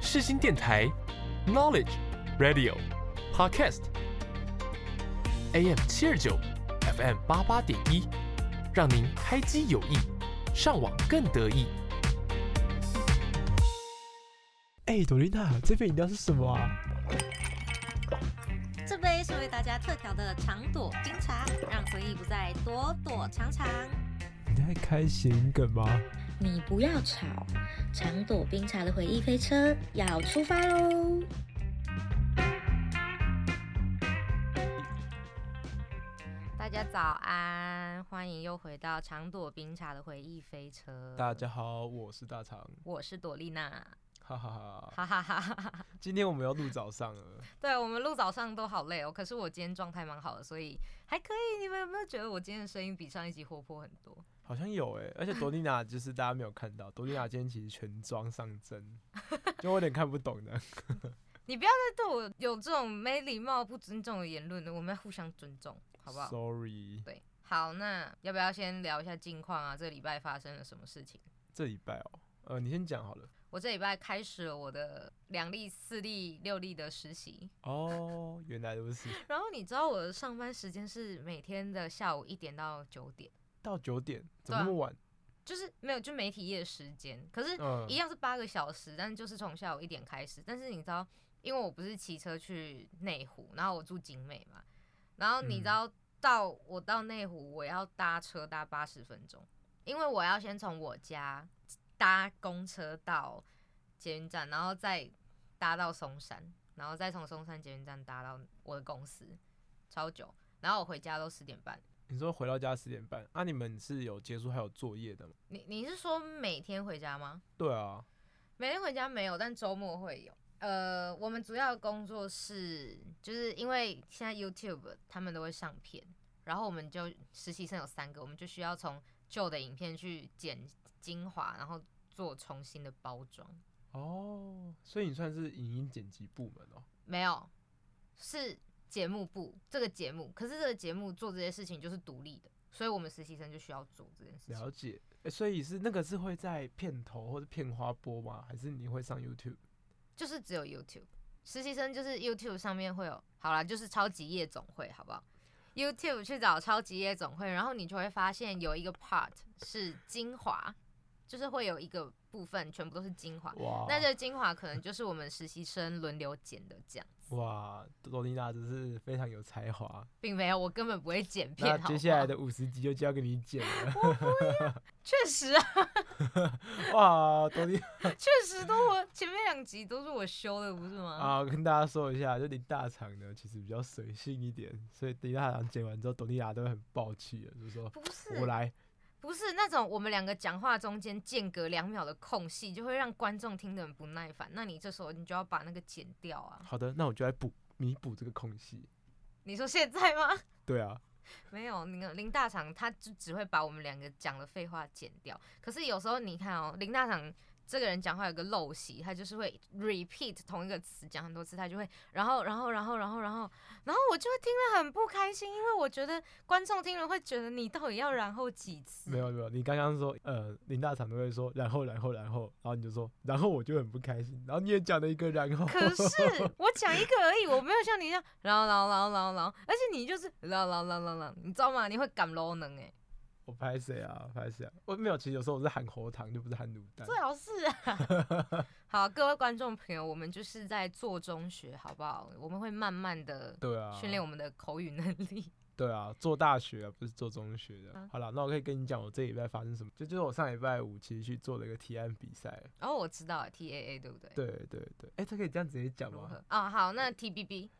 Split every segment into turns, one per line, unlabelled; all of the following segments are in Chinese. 世新电台 Knowledge Radio Podcast AM 七二九 FM 八八点一，让您开机有益，上网更得意。
哎，朵琳娜，这杯饮料是什么啊？
这杯是为大家特调的长朵冰茶，让回忆不再躲躲藏藏。
你在开谐音梗吗？
你不要吵，长朵冰茶的回忆飞车要出发喽！大家早安，欢迎又回到长朵冰茶的回忆飞车。
大家，好，我是大肠，
我是朵丽娜，
哈哈哈
哈哈哈哈 哈。
今天我们要录早上了，
对啊我们录早上都好累哦，可是我今天状态蛮好的，所以还可以。你们有没有觉得我今天的声音比上一集活泼很多？
好像有哎、而且朵琳娜就是大家没有看到，朵琳娜今天其实全妆上 阵，就我有点看不懂的。
你不要再对我有这种没礼貌、不尊重的言论了，我们要互相尊重，好不好
s o r r y
对，好，那要不要先聊一下近况啊？这个礼拜发生了什么事情？
这礼拜哦，呃，你先讲 好了。
我这礼拜开始了我的两例、四例、六例的实习，
哦，原来如此，
然后你知道我的上班时间是每天的下午一点到九点，
到九点怎
啊
么那么晚？
就是没有就媒体业时间，可是
嗯
一样是八个小时，但就是从下午一点开始。但是你知道，因为我不是骑车去内湖，然后我住景美嘛，然后你知道、到我到内湖，我要搭车搭八十分钟，因为我要先从我家搭公车到捷运站，然后再搭到松山，然后再从松山捷运站搭到我的公司，超久。然后我回家都十点半。
你说回到家十点半，啊，你们是有结束还有作业的吗？
你你是说每天回家吗？
对啊，
每天回家没有，但周末会有。呃，我们主要的工作是，就是因为现在 YouTube 他们都会上片，然后我们就实习生有三个，我们就需要从旧的影片去剪精华，然后做重新的包装。
哦，所以你算是影音剪辑部门哦。
没有，是节目部这个节目，可是这个节目做这些事情就是独立的，所以我们实习生就需要做这件事情。
了解，欸、所以是那个是会在片头或者片花播吗？还是你会上 YouTube？
就是只有 YouTube。实习生就是 YouTube 上面会有，好啦，就是超级夜总会，好不好？YouTube 去找超级夜总会，然后你就会发现有一个 part 是精华，就是会有一个部分全部都是精华。
哇，
啊那这精华可能就是我们实习生轮流剪的这样，
哇，罗琳娜真是非常有才华。
并没有，我根本不会剪片。
那
好不好
接下来的五十集就交给你剪了。
确实啊，
哇，罗琳
确实都我前面两集都是我修的，不是吗？
啊，跟大家说一下，就林大厂呢其实比较随性一点，所以林大厂剪完之后，罗琳娜都会很爆气的，就说
不是，
我来。
不是那种我们两个讲话中间间隔两秒的空隙，就会让观众听得很不耐烦。那你这时候你就要把那个剪掉啊！
好的，那我就来补弥补这个空隙。
你说现在吗？
对啊，
没有，那个林大厂他就只会把我们两个讲的废话剪掉。可是有时候你看哦，林大厂这个人讲话有个陋习，他就是会 repeat 同一个词讲很多次，他就会然后然后然后然后然后然后我就会听得很不开心，因为我觉得观众听了会觉得你到底要然后几次？
没有没有，你刚刚说呃，林大厂都会说，然后然后然后，然后你就说，然后我就很不开心，然后你也讲了一个然后，
可是我讲一个而已，我没有像你这样唠唠唠唠唠，而且你就是唠唠唠唠唠，你知道吗？你会感漏能哎，
我拍谁啊？拍谁啊？我没有，其实有时候我是喊喉糖，就不是喊卤蛋。
最好是啊。 好，各位观众朋友，我们就是在做中学，好不好？我们会慢慢的
对啊，
训练我们的口语能 力。
对啊，做大学啊，不是做中学的。
啊
好了，那我可以跟你讲我这礼拜发生什么。就就是我上礼拜五其实去做了一个提案比赛。
哦，我知道了 T A A 对不对？
对啊对对，哎、这可以这样直接讲
如
吗
何？哦，好，那 T B B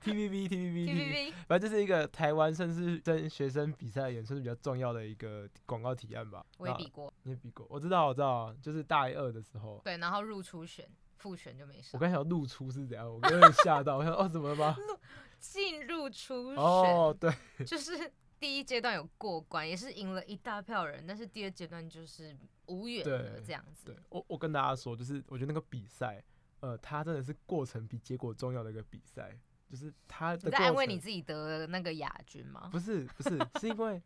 ？T V B T V B
T
T V
B
B，
B
反正这是一个台湾甚至跟学生比赛也算是比较重要的一个广告提案吧。
我也
那
比过，
你也比过，我知道我知道，就是大一二的时 候，
对，然后入初选、复选就没事
我。刚想露出是怎样，我有点吓到，我想哦怎么了吗？
进入初选。
哦对，
就是第一阶段有过关，也是赢了一大票人，但是第二阶段就是无缘了
对
这样子
对。我，我跟大家说，就是我觉得那个比赛，呃，它真的是过程比结果重要的一个比赛，就是它的
你
过
在
程
安慰你自己得那个亚军吗？
不是不是，是因为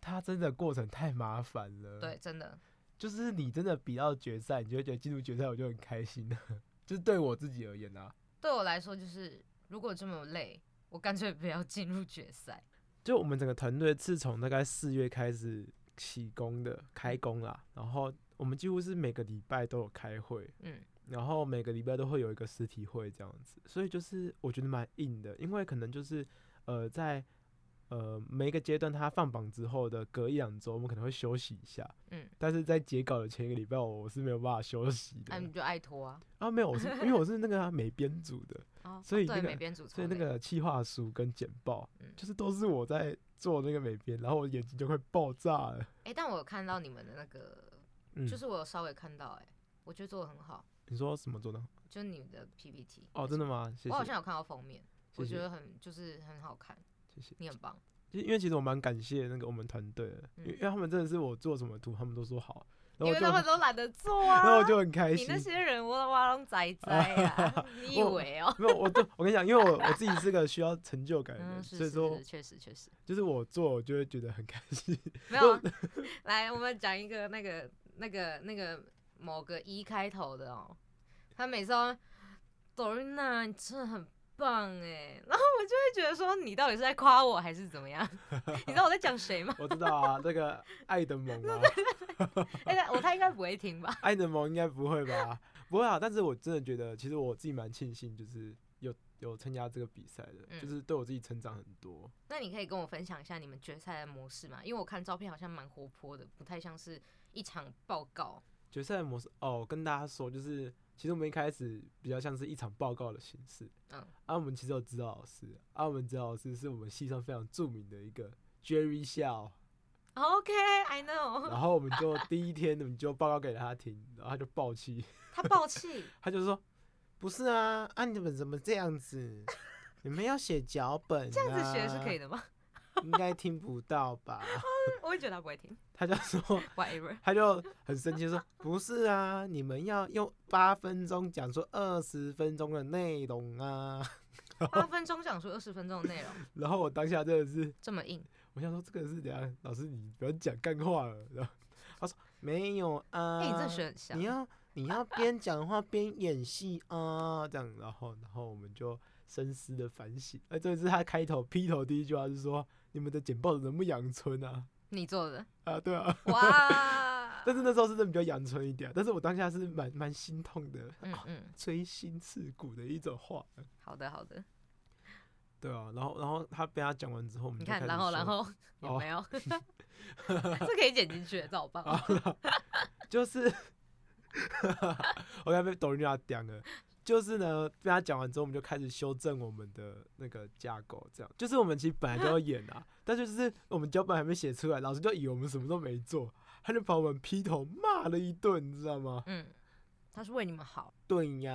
它真的过程太麻烦了。
对，真的
就是你真的比到决赛，你就会觉得进入决赛我就很开心了。 就是对我自己而言啊，
对我来说，就是如果这么累，我干脆不要进入决赛。
就我们整个团队是从大概四月开始起工的，开
嗯
工啦，然后我们几乎是每个礼拜都有开会，
嗯，
然后每个礼拜都会有一个实体会这样子，所以就是我觉得蛮硬的，因为可能就是呃在呃每一个阶段它放榜之后的隔一两周，我们可能会休息一下，
嗯，
但是在截稿的前一个礼拜我是没有办法休息的
哎、，你就爱拖啊。
啊没有，我是因为我是那个啊美编组的，
哦，
所以
对
那个
美编组超
所以那
累
个企划书跟简报
嗯
就是都是我在做那个美编，然后我眼睛就快爆炸了，
哎、但我有看到你们的那个，
嗯，
就是我有稍微看到、哎，我觉得做的很好，
你说什么做呢？
就是你们的 PPT。
哦，真的吗？谢
我好
谢，
像有看到封面，
谢
我觉
谢，
得很就是很好看，
谢谢。
你很棒。
其实因为其实我蛮感谢那个我们团队的，因为
嗯
因为他们真的是我做什么图，他们都说好，然
因
后
为
我
他
就
们
很
都懒得做啊。
然后我就很开
你
心
那。些人我都哇拢仔仔 啊，你以
哦我
为哦？
没有，我都我跟你讲，因为我我自己是个需要成就感的人，
嗯，是
哎所以
是
说
是，确实确 实
就是我做我就会觉得很开心。
没有啊。 来，我们讲一个那个那个那个某个一开头的哦，他每次都朵瑞娜，你真的很棒哎， 然后我就会觉得说，你到底是在夸我还是怎么样？ 你知道我在讲谁吗？
我知道啊，那个爱的萌啊，
哎、我他应该不会听吧？
爱的萌应该不会吧？不会啊，但是我真的觉得，其实我自己蛮庆幸，就是有有参加这个比赛的，
嗯
就是对我自己成长很多。
那你可以跟我分享一下你们决赛的模式吗？因为我看照片好像蛮活泼的，不太像是一场报告。
决赛的模式哦，跟大家说，就是其实我们一开始比较像是一场报告的形式。
嗯
啊，我们其实有指导老师，啊，我们指导老师是我们系上非常著名的一个 Jerry Shaw，
OK，I、know。
然后我们就第一天我们就报告给他听，然后他就爆气，
他爆 气，
他就说：“不是啊，啊你们怎么这样子？ 你们要写脚本、啊，
这样子学是可以，的 吗？
应该听不到吧
我也觉得他不会听？”
他就说，
，whatever。
他就很生气地说：“不是啊，你们要用八分钟讲出二十分钟的内容啊。
八分 钟讲出二十分钟的内容，”
然后我当下真的是。
这么硬，
我想说这个是怎样？老师你不要讲干话了。然后他说没有啊，
哎、你这学很像
你。要你要边讲话边演戏啊，这样。然后然后我们就深思的反省。哎，这是他开头劈头第一句话是说你们的简报怎么养春啊？
你做 的，
啊，对啊。！
哇
但是那时候是真的比较养春一点，但是我当下是蛮蛮心痛的，
嗯嗯，
锥心刺骨的一种话。啊
好的好的，
对啊，然后然后他被他讲完之后，我们
你
就开始
看，然后然
说
后有没有？ 这可以剪进去，这好棒。
就是我刚被抖音啊讲了，就是呢，被他讲完之后，我们就开始修正我们的那个架构，这样就是我们其实本来就要演啊，但就是我们脚本还没写出来，老师就以为我们什么都没做，他就把我们劈头骂了一顿，你知道吗？
嗯，他是为你们好。
对呀、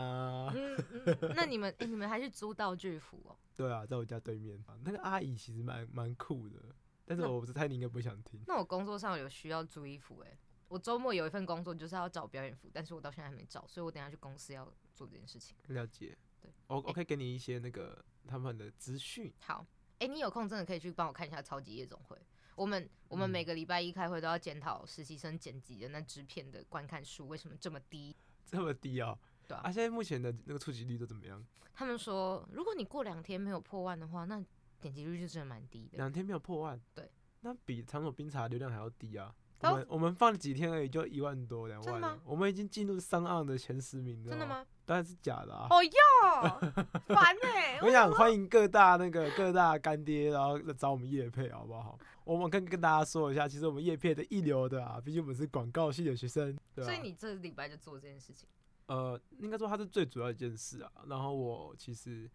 嗯，嗯那你们、哎，你们还去租道具服哦？
对啊，在我家对面那个阿姨其实蛮蛮酷的，但是
那
我不是太你应该不想听。
那我工作上有需要租衣服哎、我周末有一份工作就是要找表演服，但是我到现在还没找，所以我等一下去公司要做这件事情。
了解，
对
我我可以给你一些那个他们的资讯，
好，哎、你有空真的可以去帮我看一下超级夜总会。我们我
嗯
们每个礼拜一开会都要检讨实习生剪辑的那支片的观看数为什么这么低。
这么低啊、
对啊
啊，现在目前的那个触及率都怎么样？
他们说，如果你过两天没有破万的话，那点击率就真的蛮低的。
两天没有破万，
对，
那比长岛冰茶流量还要低啊。我
哦
们我们放了几天而已，就一万多两万
真的
了
吗，
我们已经进入上岸的前十名了。哦
真的？吗？
当然是假的啊！
哦 哟，烦哎、
我想欢迎各大那个各大干爹，然后找我们叶配好不好？我们跟跟大家说一下，其实我们叶配的一流的啊，毕竟我们是广告系的学啊生，对吧、
所以你这礼拜就做这件事情，
呃，应该说它是最主要的一件事啊。然后我其实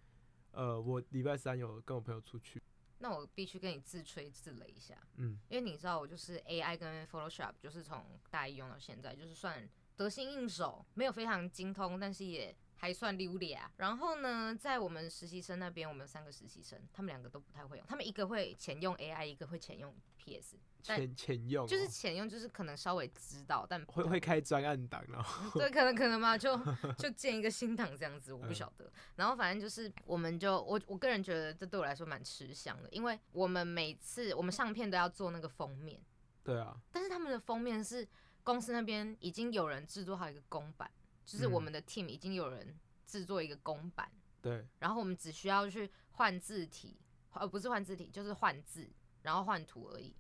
呃，我礼拜三有跟我朋友出去，
那我必须跟你自吹自擂一下。
嗯，
因为你知道，我就是 AI 跟 Photoshop，就是从大一用到现在，就是算得心应手，没有非常精通，但是也还算溜利啊。然后呢，在我们实习生那边，我们有三个实习生，他们两个都不太会用，他们一个会浅用 AI，一个会浅用 PS，但
浅浅用哦、哦
就是浅用就是可能稍微知道，但
会会开专案档，啊然后。
对，可能可能 嘛，就就建一个新党这样子，我不
嗯
晓得。然后反正就是，我们就我我个人觉得这对我来说蛮吃香的，因为我们每次我们上片都要做那个封面。
对啊，
但是他们的封面是公司那边已经有人制作好一个公版，就是我
嗯
们的 team 已经有人制作一个公版，
对，
然后我们只需要去换字体，呃，不是换字体，就是换字，然后换图而已。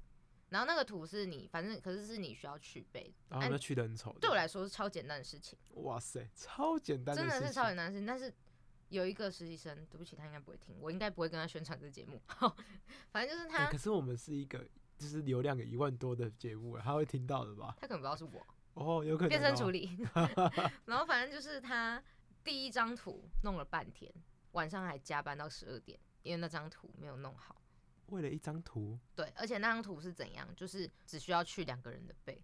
然后那个图是你，反正可是是你需要去背。
然后他们去的很丑。
哎对我来说是超简单的事情，
哇塞，超简单
真
的
的是
事
超
情。
简单的事情。但是有一个实习生，对不起，他应该不会听，我应该不会跟他宣传这节目。 反正就是
哎
他
可，是我们是一个就是流量有一万多的节目，啊他会听到的吧？
他可能不知道是我。
哦，有可能
变身处
理。
理。 然后反正就是他第一张图弄了半天，晚上还加班到十二点，因为那张图没有弄好。
为了一张图，
对，而且那张图是怎样？就是只需要去两个人的背，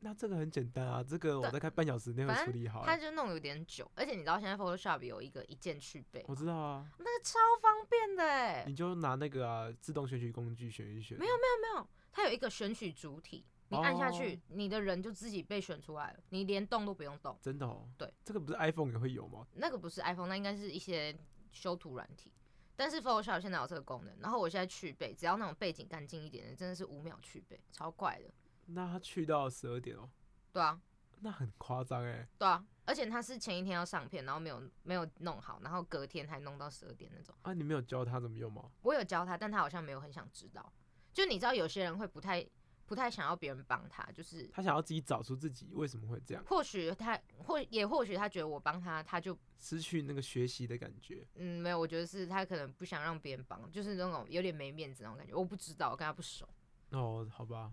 那这个很简单啊，这个我
对
大概半小时内会
反
处理
正
好了。
他就弄有点久，而且你知道现在 Photoshop 有一个一键去背
我
吗，
知道啊，
那个超方便的哎、
你就拿那个啊自动选取工具选一选。
没有没有没有，它有一个选取主体，你按下去，
哦
你的人就自己被选出来了，你连动都不用动。
真的哦。
对，
这个不是 iPhone 也会有吗？
那个不是 iPhone，那应该是一些修图软体。但是 Photoshop 现在有这个功能，然后我现在去背，只要那种背景干净一点的，真的是五秒去背，超快的。
那他去到十二点哦，
对啊，
那很夸张哎。
对啊，而且它是前一天要上片，然后没有没有弄好，然后隔天才弄到十二点那种。
啊，你没有教他怎么用吗？
我有教他，但他好像没有很想知道。就你知道，有些人会不太不太想要别人帮他，就是
他想要自己找出自己为什么会这样，
或许他或也或许他觉得我帮他，他就
失去那个学习的感觉。
嗯没有，我觉得是他可能不想让别人帮，就是那种有点没面子那种感觉。我不知道，我跟他不熟。
哦，好吧，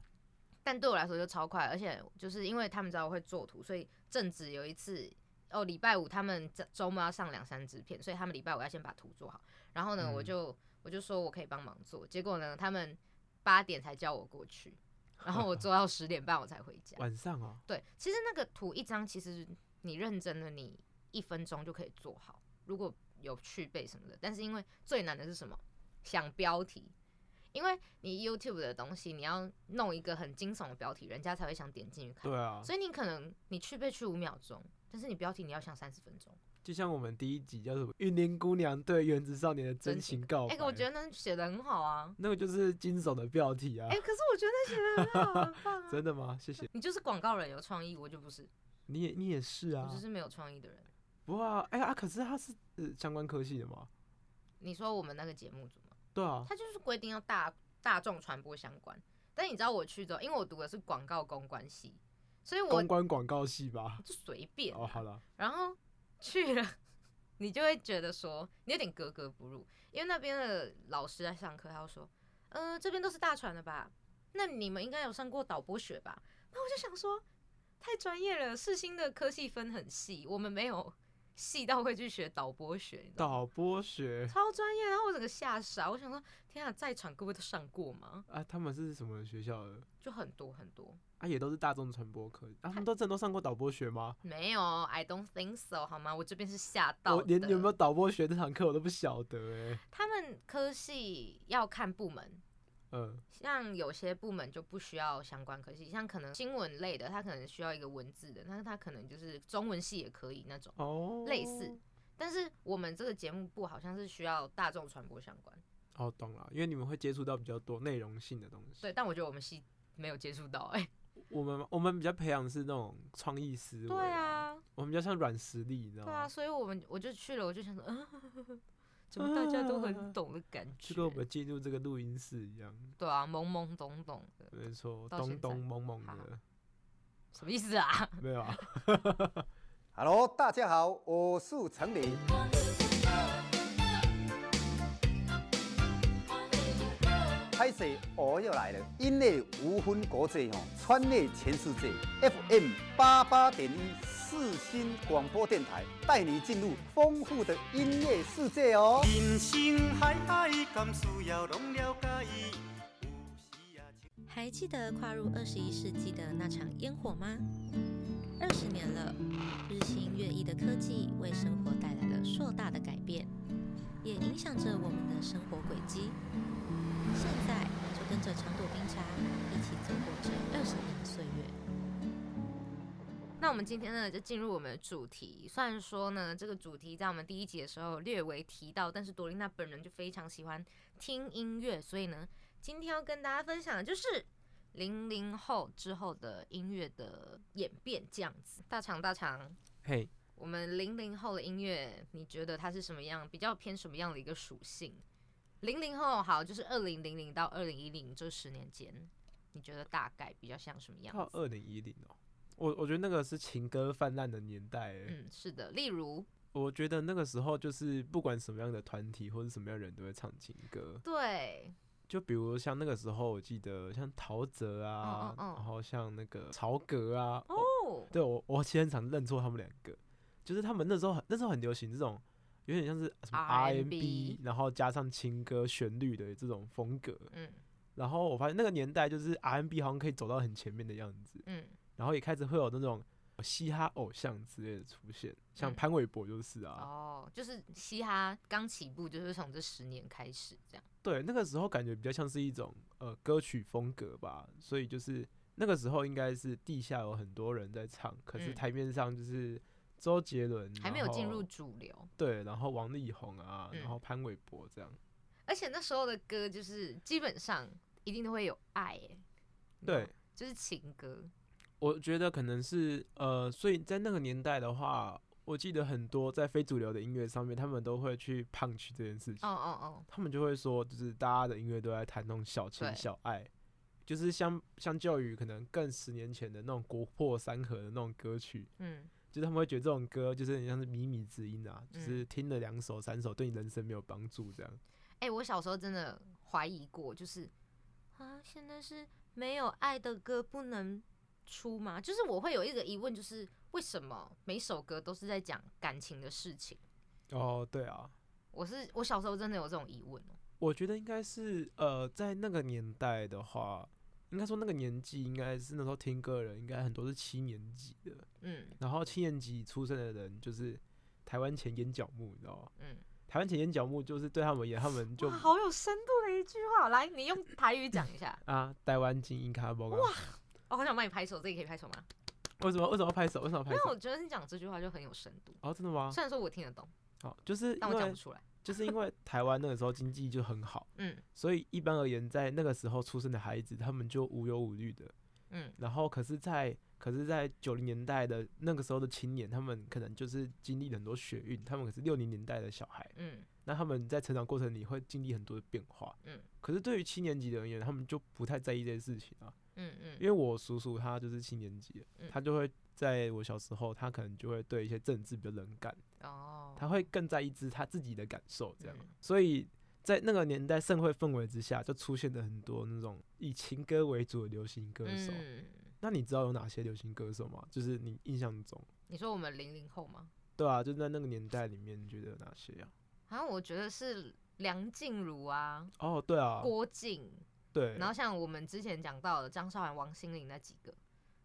但对我来说就超快，而且就是因为他们知道我会做图，所以正值有一次哦，礼拜五他们这周末要上两三支片，所以他们礼拜五要先把图做好。然后呢，
嗯
我就我就说我可以帮忙做，结果呢，他们八点才叫我过去，然后我做到十点半我才回家。
晚上哦，
对，其实那个图一张，其实你认真的，你一分钟就可以做好，如果有去背什么的。但是因为最难的是什么？想标题，因为你 YouTube 的东西，你要弄一个很惊悚的标题，人家才会想点进去看。
对啊，
所以你可能你去背去五秒钟，但是你标题你要想三十分钟。
就像我们第一集叫什么《玉林姑娘对原子少年的真情告白
哎、》，我觉得那写的很好啊。
那个就是惊悚的标题啊
哎、，可是我觉得那写 的很好，很棒啊。
真的吗？谢谢，
你就是广告人有创意，我就不是，
你也你也是啊
我，就是没有创意的人。
不过啊，哎啊，可是他是呃相关科系的嘛，
你说我们那个节目组吗？
对啊，
它就是规定要大大众传播相关。但你知道我去之后，因为我读的是广告公关系，所以我
公关广告系吧。
就随便啊、
哦，好了，
然后去了， 你就会觉得说你有点格格不入，因为那边的老师在上课，他就说：“呃，这边都是大船的吧？那你们应该有上过导播学吧？”那我就想说，太专业了，世新的科系分很细，我们没有细到会去学导播学，你知道吗
导播学
超专业，然后我整个吓傻，我想说，天啊，在场各位都上过吗？
啊，他们是什么学校的？
就很多很多。
啊，也都是大众传播科啊，他们都真的都上过导播学吗？
没有，I don't think so，好吗？我这边是吓到
我
的。
连有没有导播学这堂课我都不晓得哎、
他们科系要看部门，
嗯，
像有些部门就不需要相关科系，像可能新闻类的，他可能需要一个文字的，但是他可能就是中文系也可以那种。
哦，
类似但是我们这个节目部好像是需要大众传播相关，
哦，懂了，因为你们会接触到比较多内容性的东西。
对，但我觉得我们系没有接触到、哎，
我们我们比较培养的是那种创意思维，
对，啊，
我们比较像软实力，你知道
对
吗
啊，？所以我们我就去了，我就想说， 啊、怎么大家都很懂的感觉，
就跟我们进入这个录音室一样，
对啊，懵懵懂懂的，
没错，
到现
咚
在
咚猛猛
好
的，
什么意思啊？
没有 啊？
Hello，大家好，我是陈林。拍摄我又来了，因内无分国哦界吼，穿越全世界。FM 八八点一四新广播电台，带你进入丰富的音乐世界哦。
人生海海，甘需要拢了解。有时啊。
还记得跨入二十一世纪的那场烟火吗？二十年了，日新月异的科技为生活带来了硕大的改变，也影响着我们的生活轨迹。现在就跟着长朵冰茶一起走过这二十年的岁月。
那我们今天呢，就进入我们的主题。虽然说呢，这个主题在我们第一集的时候略微提到，但是朵琳娜本人就非常喜欢听音乐，所以呢，今天要跟大家分享的就是零零后之后的音乐的演变这样子。大肠大肠，
嘿，
我们零零后的音乐，你觉得它是什么样？比较偏什么样的一个属性？零零后好，就是二零零零到二零一零这十年间，你觉得大概比较像什么样
到
子？
二零一零哦，我我觉得那个是情歌泛滥的年代欸，
嗯，是的，例如，
我觉得那个时候就是不管什么样的团体或者什么样的人都会唱情歌，
对，
就比如像那个时候，我记得像陶喆啊，
嗯嗯
然后像那个曹格啊，哦，
哦，
对我我其实很常认错他们两个，就是他们那时候很那时候很流行这种有点像是什么
R&B
RMB，然后加上情歌旋律的这种风格，
嗯
然后我发现那个年代就是 RMB 好像可以走到很前面的样子，
嗯，
然后也开始会有那种嘻哈偶像之类的出现，像
嗯
潘玮柏就是啊，
哦，就是嘻哈刚起步，就是从这十年开始这样。
对，那个时候感觉比较像是一种呃歌曲风格吧，所以就是那个时候应该是地下有很多人在唱，可是
嗯
台面上就是周杰伦
还没有进入
然后
主流，
对，然后王力宏啊，
嗯
然后潘玮柏这样，
而且那时候的歌就是基本上一定都会有爱、欸，你懂
对
吗，就是情歌，
我觉得可能是呃，所以在那个年代的话，我记得很多在非主流的音乐上面，他们都会去 punch 这件事情，
哦哦
他们就会说，就是大家的音乐都在谈那种小情
对
小爱，就是相相较于可能更十年前的那种国破山河的那种歌曲，
哦，嗯，
就是他们会觉得这种歌就是很像是靡靡之音啊，就
嗯
是听了两首三首对你人生没有帮助这样。
哎、我小时候真的怀疑过，就是啊，现在是没有爱的歌不能出吗？就是我会有一个疑问，就是为什么每首歌都是在讲感情的事情？
哦，对啊，
我是我小时候真的有这种疑问哦、
我觉得应该是呃，在那个年代的话，应该说那个年纪应该是那时候听歌的人应该很多是七年级的，
嗯
然后七年级出生的人就是台湾前眼角目，你知道吗？
嗯，
台湾前眼角目就是对他们而言，他们就
哇，好有深度的一句话，来，你用台语讲一 下。
啊，台湾精英卡包。哇，
我、好想帮你拍手，这里可以拍手吗？
为什么为什么要拍手？为什么要
因
拍
为我
手？
觉得你讲这句话就很有深度，
哦，真的吗？
虽然说我听得懂，
好，就是因
但我讲
为
不出来。
就是因为台湾那个时候经济就很好，
嗯
所以一般而言，在那个时候出生的孩子，他们就无忧无虑的。
嗯
然后可是在，可是，在九零年代的那个时候的青年，他们可能就是经历了很多血运，他们可是六零年代的小孩，
嗯
那他们在成长过程里会经历很多的变化。
嗯，
可是对于七年级的人而言，他们就不太在意这些事情啊。
嗯
因
嗯
为我叔叔他就是七年级的
嗯
他就会在我小时候，他可能就会对一些政治比较冷感，
哦，
他会更在意之他自己的感受这样
嗯。
所以在那个年代社会氛围之下，就出现了很多那种以情歌为主的流行歌手。
嗯，
那你知道有哪些流行歌手吗？就是你印象中，
你说我们零零后吗？
对啊，就在那个年代里面，你觉得有哪些啊？
好像我觉得是梁静茹啊、
哦，对啊，
郭靖，
对，
然后像我们之前讲到的张韶涵、王心凌那几个，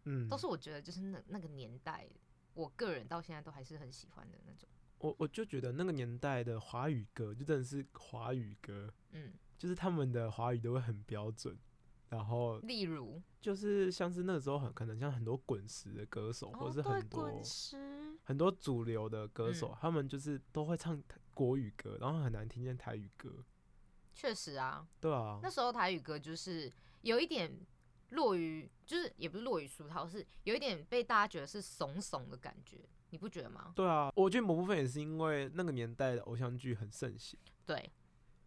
嗯，
都是我觉得就是那那个年代，我个人到现在都还是很喜欢的那种。
我我就觉得那个年代的华语歌就真的是华语歌，
嗯，
就是他们的华语都会很标准，然后
例如，
就是像是那个时候很可能像很多滚石的歌手，或
哦，
是
对，
很多
滚石，
很多主流的歌手
嗯，
他们就是都会唱台国语歌，然后很难听见台语歌。
确实啊，
对啊，
那时候台语歌就是有一点落于，就是也不是落于俗套，是有一点被大家觉得是怂怂的感觉，你不觉得吗？
对啊，我觉得某部分也是因为那个年代的偶像剧很盛行，
对，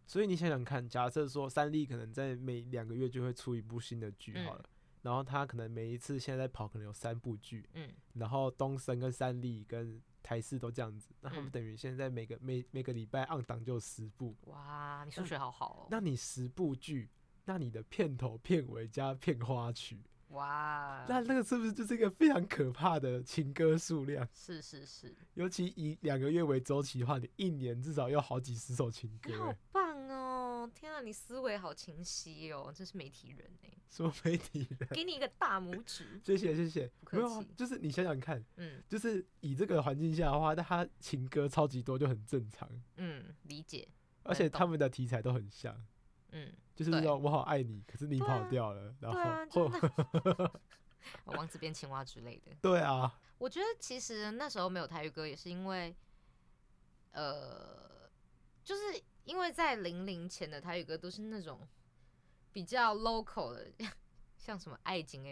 所以你想想看，假设说三立可能在每两个月就会出一部新的剧好
嗯
了，然后他可能每一次现在在跑可能有三部剧，
嗯，
然后东森跟三立跟台视都这样子，那他
嗯
们等于现在每个每每个礼拜按档就有十部，
哇，你数学好好哦，
那你十部剧，那你的片头、片尾加片花曲，
哇，
那那个是不是就是一个非常可怕的情歌数量？
是是是，
尤其以两个月为周期的话，你一年至少要好几十首情歌
你好
欸，
棒哦！天啊，你思维好清晰哦，真是媒体人哎，
什么媒体人？。
给你一个大拇 指
谢谢谢谢，
不客
没有啊
气，
就是你想想看，
嗯
就是以这个环境下的话，那他情歌超级多就很正常，
嗯，理解。
而且他们的题材都很像，
嗯，
就是
对
那种我好爱你，可是你
对
跑
啊
掉了，然
对
后
啊，就
或
是 那哦王子变青蛙之类的。
对啊，
我觉得其实那时候没有台语歌，也是因为，呃，就是因为在零零前的台语歌都是那种比较 local 的，像什么爱情的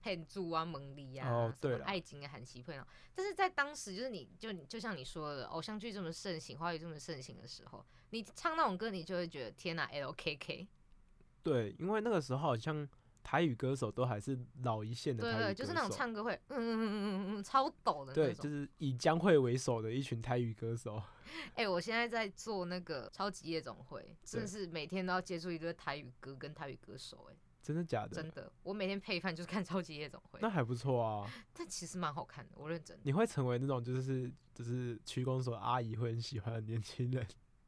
骗助啊、蒙利啊，
哦
什
对
么
啦
爱情的韩熙配啊。但是在当时，就是你就你就像你说的，偶像剧这么盛行，华语这么盛行的时候，你唱那种歌，你就会觉得天哪、l k k
对，因为那个时候好像台语歌手都还是老一线的
对
台语歌手，
对，就是那种唱歌会嗯嗯嗯嗯嗯嗯超抖的那
对，就
种。
是以江蕙为首的一群台语歌手。
哎、我现在在做那个超级夜总会，真的是每天都要接触一堆台语歌跟台语歌手、哎，
真的假的？
真的，我每天配饭就是看超级夜总会，
那还不错啊！
但其实蛮好看的，我认真的。
你会成为那种就是就是区公所阿姨会很喜欢的年轻人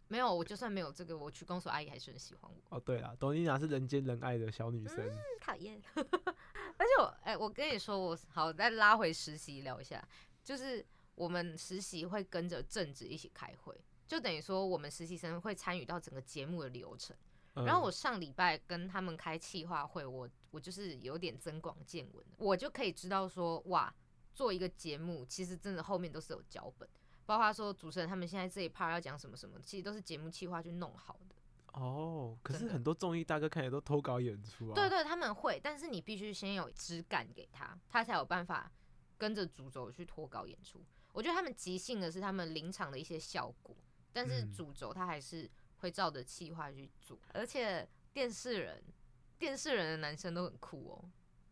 没有，我就算没有这个，我去公所阿姨还是很喜欢我。
哦。对啦，董妮娜是人间人爱的小女生，
嗯
讨厌。
而且我，哎、我跟你说，我好再拉回实习聊一下，就是我们实习会跟着正职一起开会，就等于说我们实习生会参与到整个节目的流程。
嗯
然后我上礼拜跟他们开企划会，我我就是有点增广见闻，我就可以知道说，哇，做一个节目其实真的后面都是有脚本，包括说主持人他们现在这一 part 要讲什么什么，其实都是节目企划去弄好的。
哦，可
真
是
的
很多综艺大哥看起来都偷搞演出啊。
对对，他们会，但是你必须先有质感给他，他才有办法跟着主轴去脱稿演出。我觉得他们即兴的是他们临场的一些效果，但是
嗯
主轴他还是会照着企划去做。而且电视人，电视人的男生都很酷哦，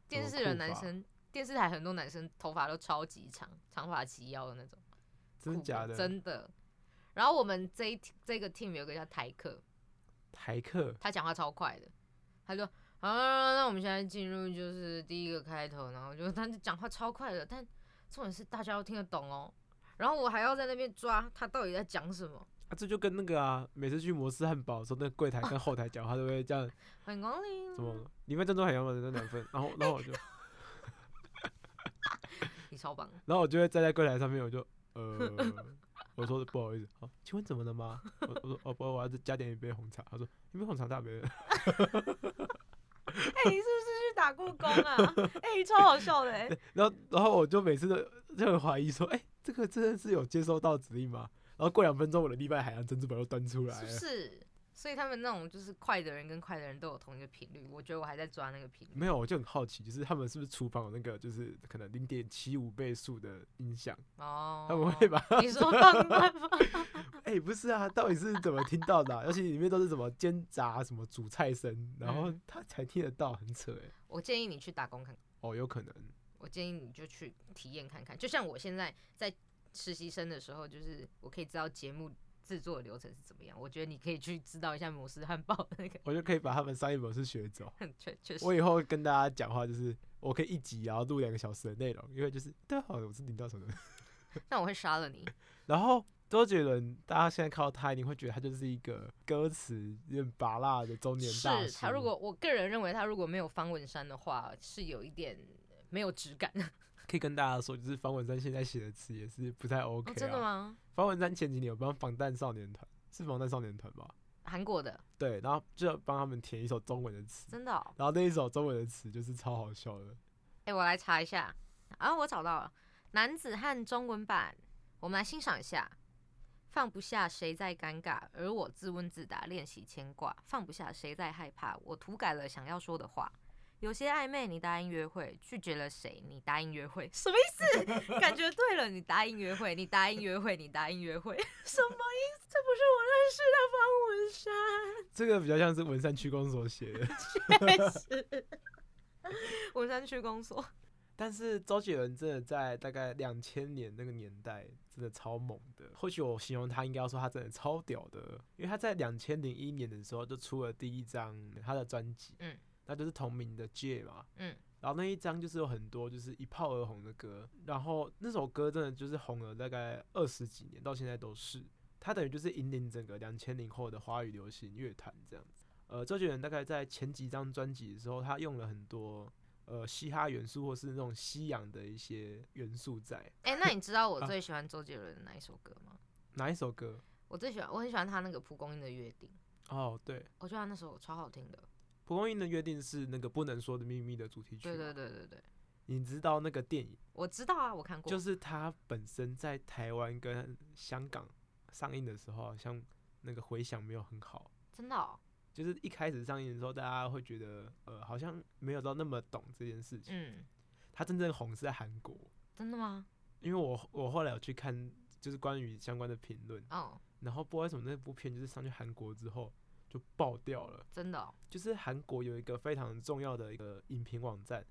电
么
视人
酷
男
法
生，电视台很多男生头发都超级长，长发及腰的那种。
真的
酷
假
的？
的？
真的。然后我们这一这个 team 有一个叫台客，
台客
他讲话超快的，他就好，那我们现在进入就是第一个开头，然后就他就讲话超快的，但重点是大家都听得懂哦。然后我还要在那边抓他到底在讲什么，
啊，这就跟那个啊，每次去摩斯汉堡的时候，那个柜台跟后台讲话都会这样，
欢迎光临。
怎么里面珍珠海洋的那两份，然后然后我就
你超棒，
然后我就会站在柜台上面，我就呃，我说不好意思，好，请问怎么了吗？我我说哦不，我要加点一杯红茶。他说一杯红茶大杯的，
哎、你是不是去打过工 啊？哎、超好笑 的、哎
然后然后我就每次都就很怀疑说，哎、这个真的是有接收到指令吗？然后过两分钟，我的立派海洋珍珠堡又端出来了。
是不是？所以他们那种就是快的人跟快的人都有同一个频率，我觉得我还在抓那个频率。
没有，我就很好奇，就是他们是不是厨房有那个，就是可能零点七五倍速的音响，
哦，
他们会把它
你说放慢吗？
哎、不是啊，到底是怎么听到的啊、 而且里面都是什么煎炸、什么煮菜声，然后
嗯
他才听得到，很扯哎、
我建议你去打工看看。
哦，有可能，
我建议你就去体验看看。就像我现在在实习生的时候，就是我可以知道节目制作的流程是怎么样。我觉得你可以去知道一下摩斯汉堡的那个，
我就可以把他们商业模式学走。
确确实
我以后跟大家讲话就是，我可以一集然后录两个小时的内容，因为就是大家好，我是领导什么的。
那我会杀了你。
然后周杰伦，大家现在看到他，一定会觉得他就是一个歌词有点拔辣的中年大
是
叔。
他如果我个人认为他如果没有方文山的话，是有一点没有质感。
可以跟大家说，就是方文山现在写的词也是不太 OK、
哦
啊
真的？吗？
方文山前几年有帮防弹少年团，是防弹少年团吧？
韩国的
对，然后就帮他们填一首中文的词，
真的、哦？
然后那一首中文的词就是超好笑的。
哎、我来查一下啊，我找到了《男子汉》中文版，我们来欣赏一下。放不下谁在尴尬，而我自问自答练习牵挂；放不下谁在害怕，我涂改了想要说的话。有些暧昧，你答应约会；拒绝了谁，你答应约会。什么意思？ 感觉对了，你答应约会，你答应约会，你答应约会， 什么意思？这不是我认识的方文山。
这个比较像是文山区公所写的。
开始， 文山区公所。
但是周杰伦真的在大概两千年那个年代，真的超猛的。或许我形容他，应该要说他真的超屌的，因为他在两千零一年的时候就出了第一张他的专辑，
嗯，
那就是同名的《借》嘛，
嗯，
然后那一张就是有很多就是一炮而红的歌，然后那首歌真的就是红了大概二十几年，到现在都是。他等于就是引领整个两千零后的华语流行乐坛这样子。呃，周杰伦大概在前几张专辑的时候，他用了很多呃嘻哈元素或是那种西洋的一些元素在。
哎、那你知道我
啊
最喜欢周杰伦的哪一首歌吗？
哪一首歌？
我最喜欢，我很喜欢他那个《蒲公英的约定》，
哦，对，
我觉得他那首超好听的。
蒲公英的约定是那个不能说的秘密的主题曲。
对对，对对对，
你知道那个电影，
我知道啊，我看过。
就是它本身在台湾跟香港上映的时候，好像那个回响没有很好。
真的、哦，
就是一开始上映的时候，大家会觉得呃好像没有到那么懂这件事情。
嗯，
它真正红是在韩国，
真的吗？
因为我我后来有去看就是关于相关的评论，
哦，
然后不知道为什么那部片就是上去韩国之后就爆掉了。
真的、哦，
就是韩国有一个非常重要的一个影评网站，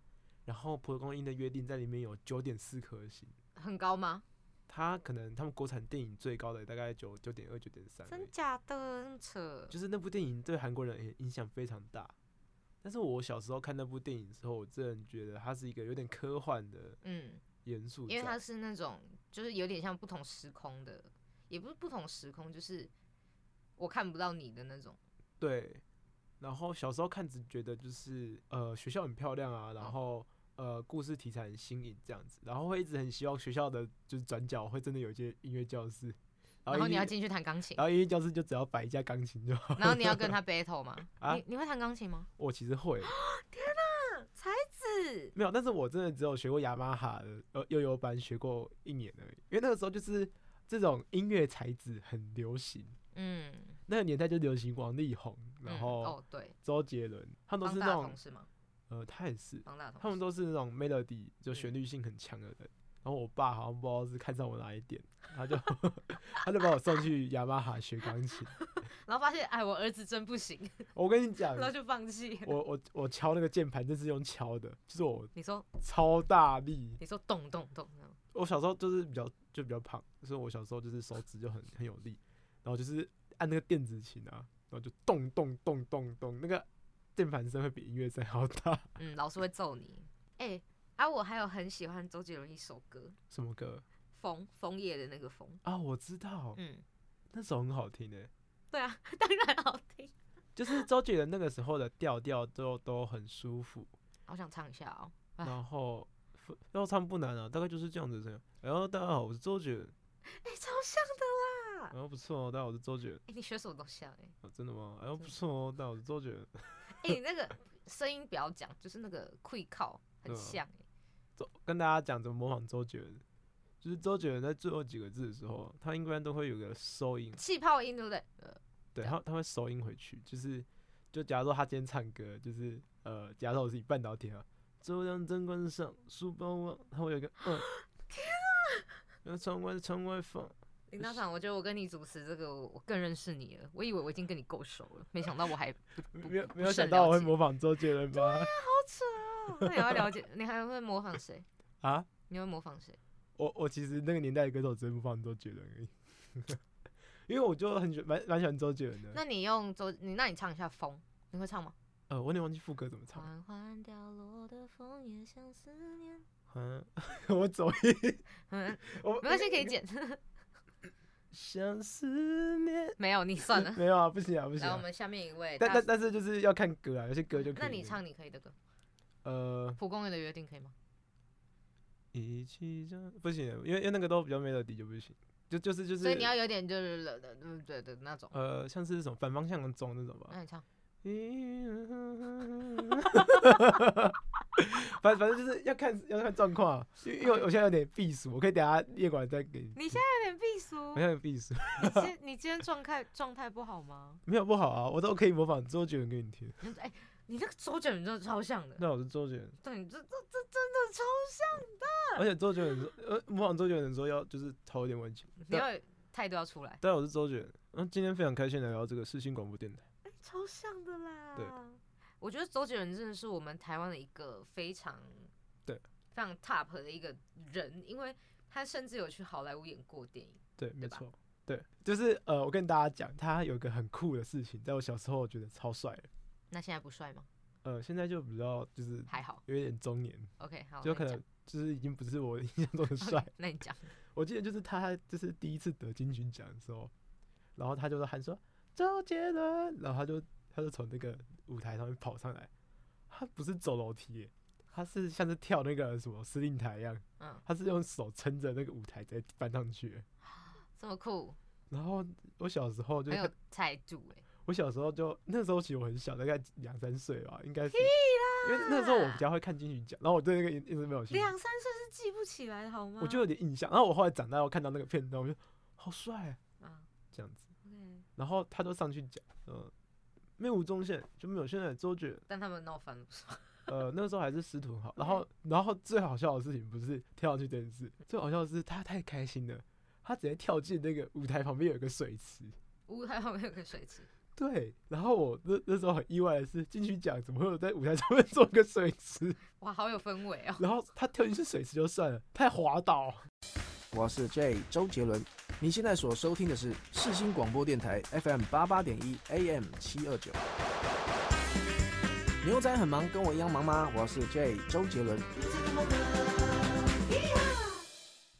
然后蒲公英的约定在里面有九点四颗星，
很高吗？
它可能他们国产电影最高的大概九九点二九点三，
真假的，那么扯，
就是那部电影对韩国人也影响非常大。但是我小时候看那部电影之后，我真的觉得它是一个有点科幻的
嗯，
元素在，
因为它是那种就是有点像不同时空的，也不是不同时空，就是我看不到你的那种。
对，然后小时候看只觉得就是呃学校很漂亮啊，
嗯
然后呃故事题材很新颖这样子，然后会一直很希望学校的就是转角会真的有一间音乐教室，然
然后
后
你
音
要
乐
进去弹钢琴，
然后音乐教室就只要摆一架钢琴就好。
然后你要跟他 battle 吗？
啊
你你会弹钢琴吗？
我其实会
是，
没有，但是我真的只有学过雅马哈的呃悠悠班学过一年而已，因为那个时候就是这种音乐才子很流行，
嗯，
那个年代就流行王力宏，然
嗯
后
哦对，
周杰伦，他们都是
方大
那种
同是吗？
呃他也是。
方大同是，
他们都是那种 melody 就
嗯
旋律性很强的人。然后我爸好像不知道是看上我哪一点，他 就 他就把我送去雅马哈学钢琴。
然后发现哎，我儿子真不行，
我跟你 讲
然，后就放弃。
哎我我我敲那个键盘，真是用敲的，就是我
你说
超大力。
你说咚咚咚，这样
我小时候就是比较就比较胖，所以我小时候就是手指就很很有力，然后就是按那个电子琴啊，然后就咚咚咚咚咚，那个键盘声会比音乐声还要大。
嗯，老师会揍你。哎、啊，我还有很喜欢周杰伦一首歌，
什么歌
枫枫叶的那个枫，
啊？我知道，
嗯，
那首很好听诶、
对啊， 当然好听。
就是周杰伦那个时候的调调都都很舒服，
好想唱一下哦，哎
然后要唱不难啊，大概就是这样子的声音。然后大家好，我是周杰伦，
哎、超像的啦！
然后不错哦，大家好，我是周杰伦，
哎、你学什么东西啊？哎、
啊真的吗？然后不错哦，大家好，我是周杰伦，
哎、你那个声音不要讲，就是那个溃靠很
对啊
像哎、
周跟大家讲怎么模仿周杰伦，就是周杰伦在最后几个字的时候，他应该都会有个收音，
气泡音对不对？呃，
对他他会收音回去，就是就假如说他今天唱歌，就是呃，假如说我是以半导体啊，周亮灯关上，书包忘，他会有一个 嗯，天啊，然后窗外窗外放。
林道场，我觉得我跟你主持这个，我我更认识你了。我以为我已经跟你够熟了，没想到我还不 不
没有
不
没有
甚
想到
了
我会
解
模仿周杰伦吧？
好扯哦。那你要了解，你还会模仿谁？
啊，
你会模仿谁？
我我其实那个年代的歌手只会模仿周杰伦而已， 因为我就很喜蛮蛮喜欢周杰伦的。
那你用周，你那你唱一下《风》，你会唱吗？
呃，我有点忘记副歌怎么唱，
缓缓掉落的枫叶像思念。
嗯， 我走音，
嗯，
我
没关系，可以。剪。
想思念，。
没有，你算了
没有啊，不行啊， 不行
来，我
啊。
们下面一位
但
大
但
叔，
但是就是要看歌啊，有些歌就可以。
那你唱你可以的歌，《
呃，
蒲公英的约定》可以吗？
一起这样不行，因为因为那个都比较 melody 就不行，就就是就是。
所以你要有点就是了了了对的那种。
呃，像是什么反方向的钟那种吧。
那你唱，嗯
反反正就是要看要看状况啊，因为因为我我现在有点避暑，我可以等下夜馆再给你。
你现在有点避俗
我现在有避暑，
你今你今天状态状态不好吗？
没有不好啊，我都可以模仿周杰伦给你听。
你哎、你那个周杰伦真的超像的，
那我是周杰伦，
对，你这这这真的超像。
而且周杰伦说，呃，模仿周杰伦说要就是头有点温情。
你要有态度要出来，
啊但我是周杰伦，那今天非常开心来到这个世新广播电台。
超像的啦
对，
我觉得周杰伦真的是我们台湾的一个非常
对
非常 top 的一个人，因为他甚至有去好莱坞演过电影。
对，没
吧
错，对，就是呃，我跟大家讲，他有一个很酷的事情，在我小时候我觉得超帅的，
那现在不帅吗？
呃，现在就比较就是
还好
有一点中年，
，OK，好，
就
那
嗯可
你
能就是已经不是我印象中的
讲
帅。
那你讲，
我记得就是他就是第一次得金曲奖的时候，然后他就是喊说周杰伦，然后他就他就从那个舞台上面跑上来，他不是走楼梯耶，他是像是跳那个什么司令台一样，
嗯，
他是用手撑着那个舞台直接翻上去。
这么酷，
然后我小时候就
很有
看，嗯
态度哎、
我小时候就那时候其实我很小，大概两三岁吧，应该是，因为那时候我比较会看金曲奖，然后我对那个一一直没有兴趣。
两三岁是记不起来的好吗？
我就有点印象。然后我后来长大后看到那个片段，我就好帅啊
啊
这样子。
，OK，
然后他就上去讲，嗯、没有吴宗宪就没有现在的周杰，
但他们闹翻了不是吗？
呃，那时候还是师徒很好。然后，然后最好笑的事情不是跳上去这件事，最好笑的是他太开心了，他直接跳进那个舞台旁边有一个水池。
舞台旁边有个水池，
对，然后我那那时候很意外的是，进去讲怎么会有在舞台上面做个水池？
哇，好有氛围哦！
然后他跳进去水池就算了，太滑倒。
我是 J 周杰伦，你现在所收听的是世新广播电台 FM 八八点一 AM 七二九。牛仔很忙，跟我一样忙吗？我是 J 周杰伦。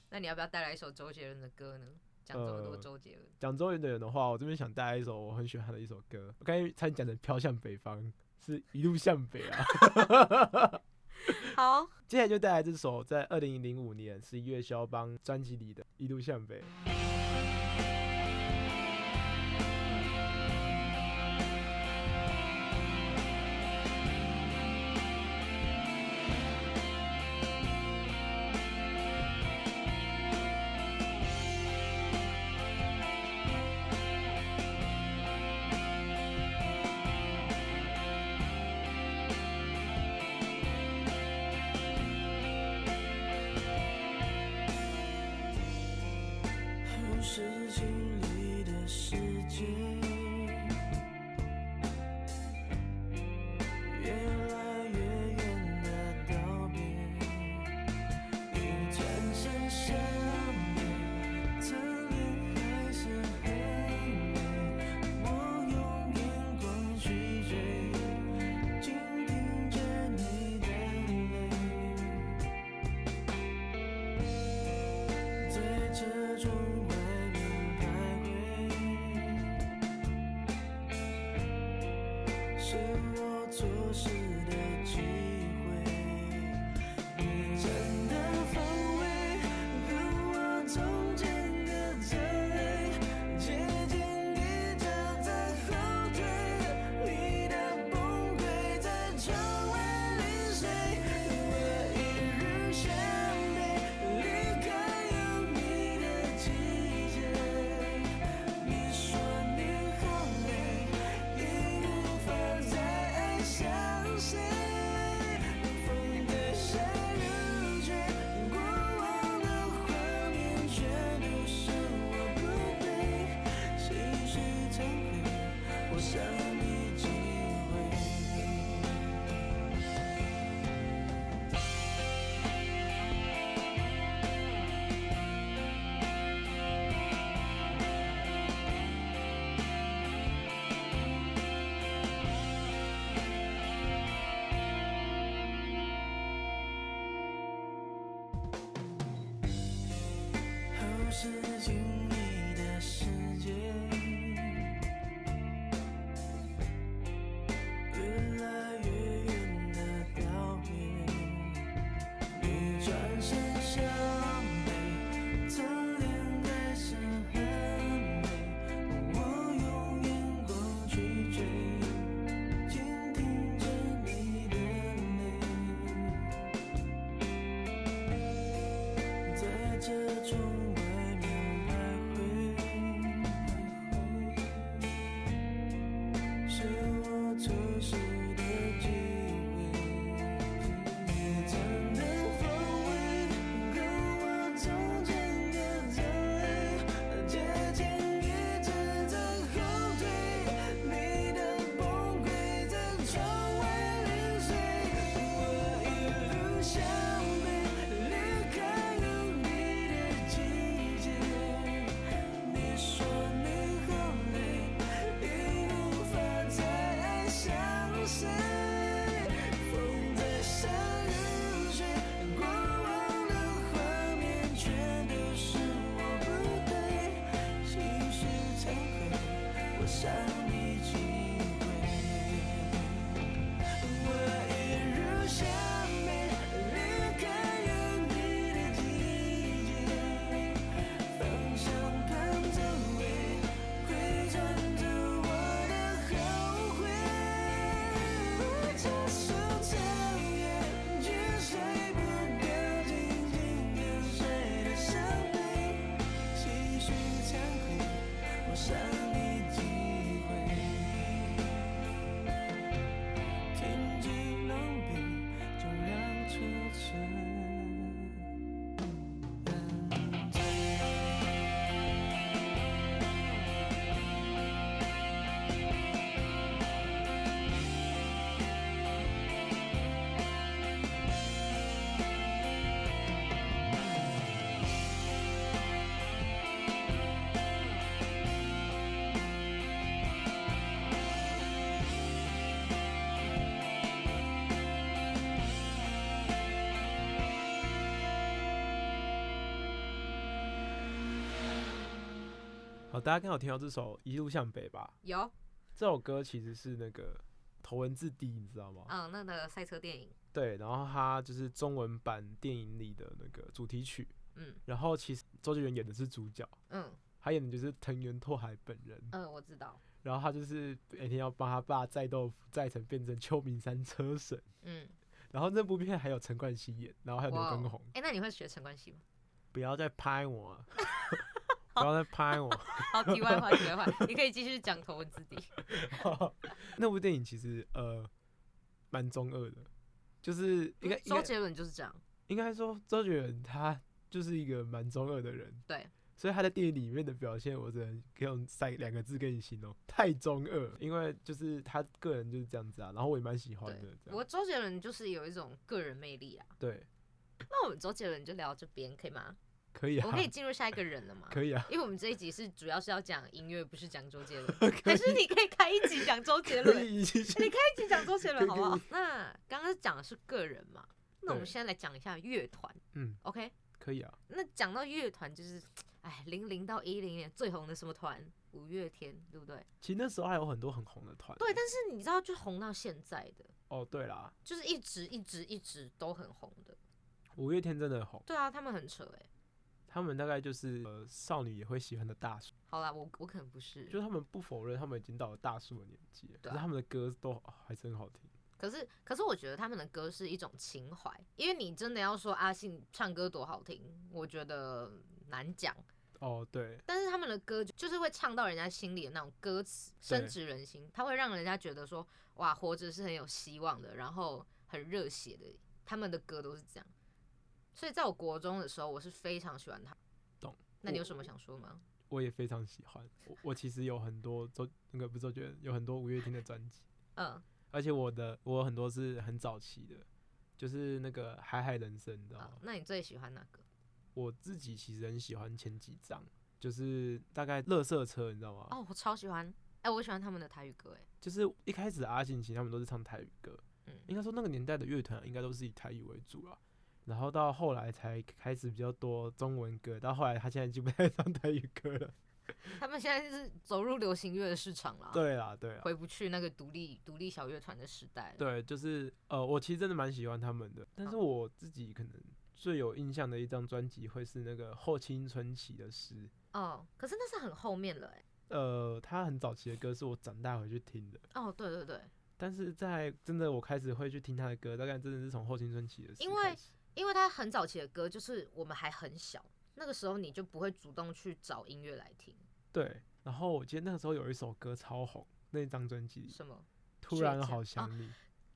那你要不要带来一首周杰伦的歌呢？讲这么多
呃
周杰伦，
讲周杰伦的话，我这边想带来一首我很喜欢他的一首歌，我刚才才讲的《飘向北方》是一路向北啊。
好，
接下来就带来这首在二零零五年十一月肖邦专辑里的《一路向北》。
都是经历的事情，越来越远的道别，一转身下面，侧脸还是很美，我用眼光去追，倾听着你的泪。在这种外面徘徊，是我错失的机会。你站的方位和我中间的站位，接近你脚在后退，你的崩溃在窗外零碎，我一日向北，离开有你的季节。你说你好累，已无法再爱上谁，风的下又吹，过往的画面全都是我不对，心绪忏悔，我想你几回。都是经历的世界，越来越远的道别。你转身向北，侧脸还是很美，我用眼光去追，倾听着你的泪。在这种外面
好，大家刚好听到这首《一路向北》吧？
有，
这首歌其实是那个头文字 D，你知道吗？
嗯，那个赛车电影，
对，然后它就是中文版电影里的那个主题曲。
嗯
然后其实周杰伦演的是主角，
嗯
他演的就是藤原拓海本人。
嗯，我知道，
然后他就是每天要帮他爸载豆腐，载成变成秋名山车神。
嗯，
然后那部片还有陈冠希演，然后还有刘
哇
畊
哦
宏。
哎、那你会学陈冠希吗？
不要再拍我啊， 不要再拍我。啊
好，题外话，题外话，你可以继续讲头文字 D。
那部电影其实呃蛮中二的，就是应该应
嗯周
该
杰伦就是这样，
应该说周杰伦他就是一个蛮中二的人，
对，
所以他在电影里面的表现，我只能用三两个字跟你形容，太中二。因为就是他个人就是这样子啊，然后我也蛮喜欢的
对，啊
这
我
样。
周杰伦就是有一种个人魅力啊。
对，
那我们周杰伦就聊到这边可以吗？
可以啊
我们可，以进入下一个人了吗？
可以啊，
因为我们这一集是主要是要讲音乐，不是讲周杰伦，还是 你可以开一集讲周杰
可
伦，
以继续。
开一集讲周杰
可
伦
以
好不好？那刚刚讲的是个人嘛，那我们
对
现在来讲一下乐团
嗯，
，OK？
可以啊。
那讲到乐团，就是哎，零零到一零年最红的什么团？五月天，对不对？
其实那时候还有很多很红的团。
对，但是你知道，就红到现在的，
哦，对啦，
就是一直一直一直都很红的。
五月天真的很红，
对啊，他们很扯哎、
他们大概就是呃少女也会喜欢的大叔，
好啦，我我可能不是，
就是他们不否认他们已经到了大叔的年纪了，可
对啊
是他们的歌都、哦还是很好听。
可是可是我觉得他们的歌是一种情怀，因为你真的要说阿信唱歌多好听，我觉得难讲。
哦，对，
但是他们的歌就就是会唱到人家心里的那种歌词，深植人心，它会让人家觉得说，哇，活着是很有希望的，然后很热血的。他们的歌都是这样，所以在我国中的时候，我是非常喜欢他。
懂？
那你有
我
什么想说吗？
我也非常喜欢。我我其实有很多周那个不是周杰伦，有很多五月天的专辑，
嗯，
而且我的我有很多是很早期的，就是那个《海海人生》，你知道
好
吗？
那你最喜欢哪个？
我自己其实很喜欢前几张，就是大概《乐色车》，你知道吗？
哦，我超喜欢，哎、我喜欢他们的台语歌，哎，
就是一开始阿信其实他们都是唱台语歌，
嗯
应该说那个年代的乐团应该都是以台语为主啦。然后到后来才开始比较多中文歌，到后来他现在已经不太唱台语歌了。
他们现在是走入流行乐的市场啦，，
对啦，对啦，
回不去那个独立独立小乐团的时代了。
对，就是呃，我其实真的蛮喜欢他们的，但是我自己可能最有印象的一张专辑会是那个后青春期的诗。
哦，可是那是很后面了，哎，
呃，他很早期的歌是我长大回去听的，
哦，对对对，
但是在真的我开始会去听他的歌，大概真的是从后青春期的诗
因为
开始。
因为他很早期的歌，就是我们还很小，那个时候你就不会主动去找音乐来听，
对，然后我记得那个时候有一首歌超红，那张专辑《
什么？
突
倔
然
强
好
哦
想你》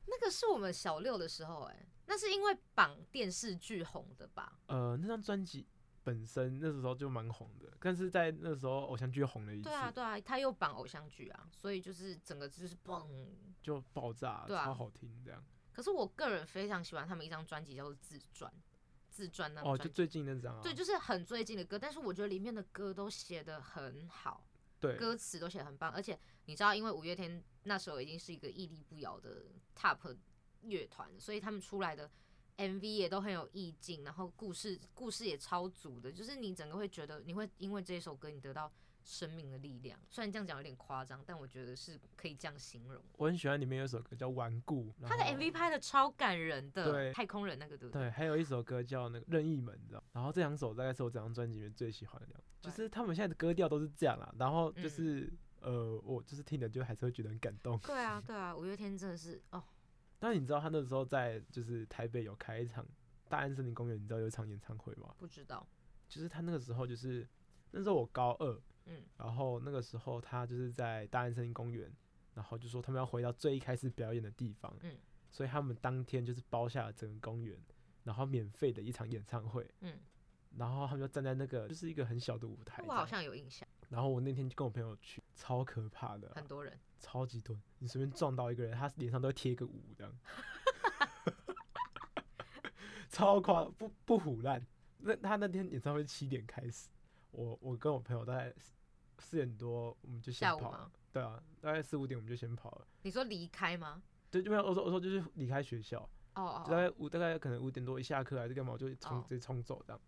那个是我们小六的时候，哎，那是因为绑电视剧红的吧？
呃，那张专辑本身那时候就蛮红的，但是在那时候偶像剧红了一次，
对啊，对啊，他又绑偶像剧啊，所以就是整个就是嘣。
就爆炸，
对啊
超好听这样。
可是我个人非常喜欢他们一张专辑叫做《自传》，自传那张
哦，
专
就
辑。
最近那张啊，
对，就是很最近的歌，但是我觉得里面的歌都写的很好，
对
歌词都写的很棒，而且你知道，因为五月天那时候已经是一个屹立不摇的 TOP 乐团，所以他们出来的 MV 也都很有意境，然后故事故事也超足的，就是你整个会觉得你会因为这一首歌你得到生命的力量。虽然这样讲有点夸张，但我觉得是可以这样形容。
我很喜欢里面有一首歌叫《顽固》，然
他的
后
MV 拍的超感人的，
哦对
太空人那个对不对？
对，还有一首歌叫那个《任意门》，你知道。然后这两首大概是我整张专辑里面最喜欢的两，就
对
是他们现在的歌调都是这样啦。然后
嗯
就是、呃，我就是听了就还是会觉得很感动。
对啊，对啊，五月天真的是哦，
但你知道他那时候在就是台北有开一场大安森林公园，你知道有一场演唱会吗？
不 知道，
就是他那个时候就是那时候我高二，
嗯，
然后那个时候他就是在大安森林公园，然后就说他们要回到最一开始表演的地方，
嗯，
所以他们当天就是包下了整个公园，然后免费的一场演唱会，
嗯，
然后他们就站在那个就是一个很小的舞台，
我好，像有印象，
然后我那天就跟我朋友去，超可怕的啊、
很多人。
超级多，你随便撞到一个人，他脸上都会贴一个五这 样，超夸不不唬烂。那他那天演唱会七点开始，我我跟我朋友大概四四点多我们就先
下午
跑
吗
了，对啊，大概四五点我们就先跑了。
你说离开吗？
对，就没有我说我说就是离开学校，
哦哦
就大
哦，
概五大概可能五点多一下课还是干嘛，我就冲
哦
直接冲走这样。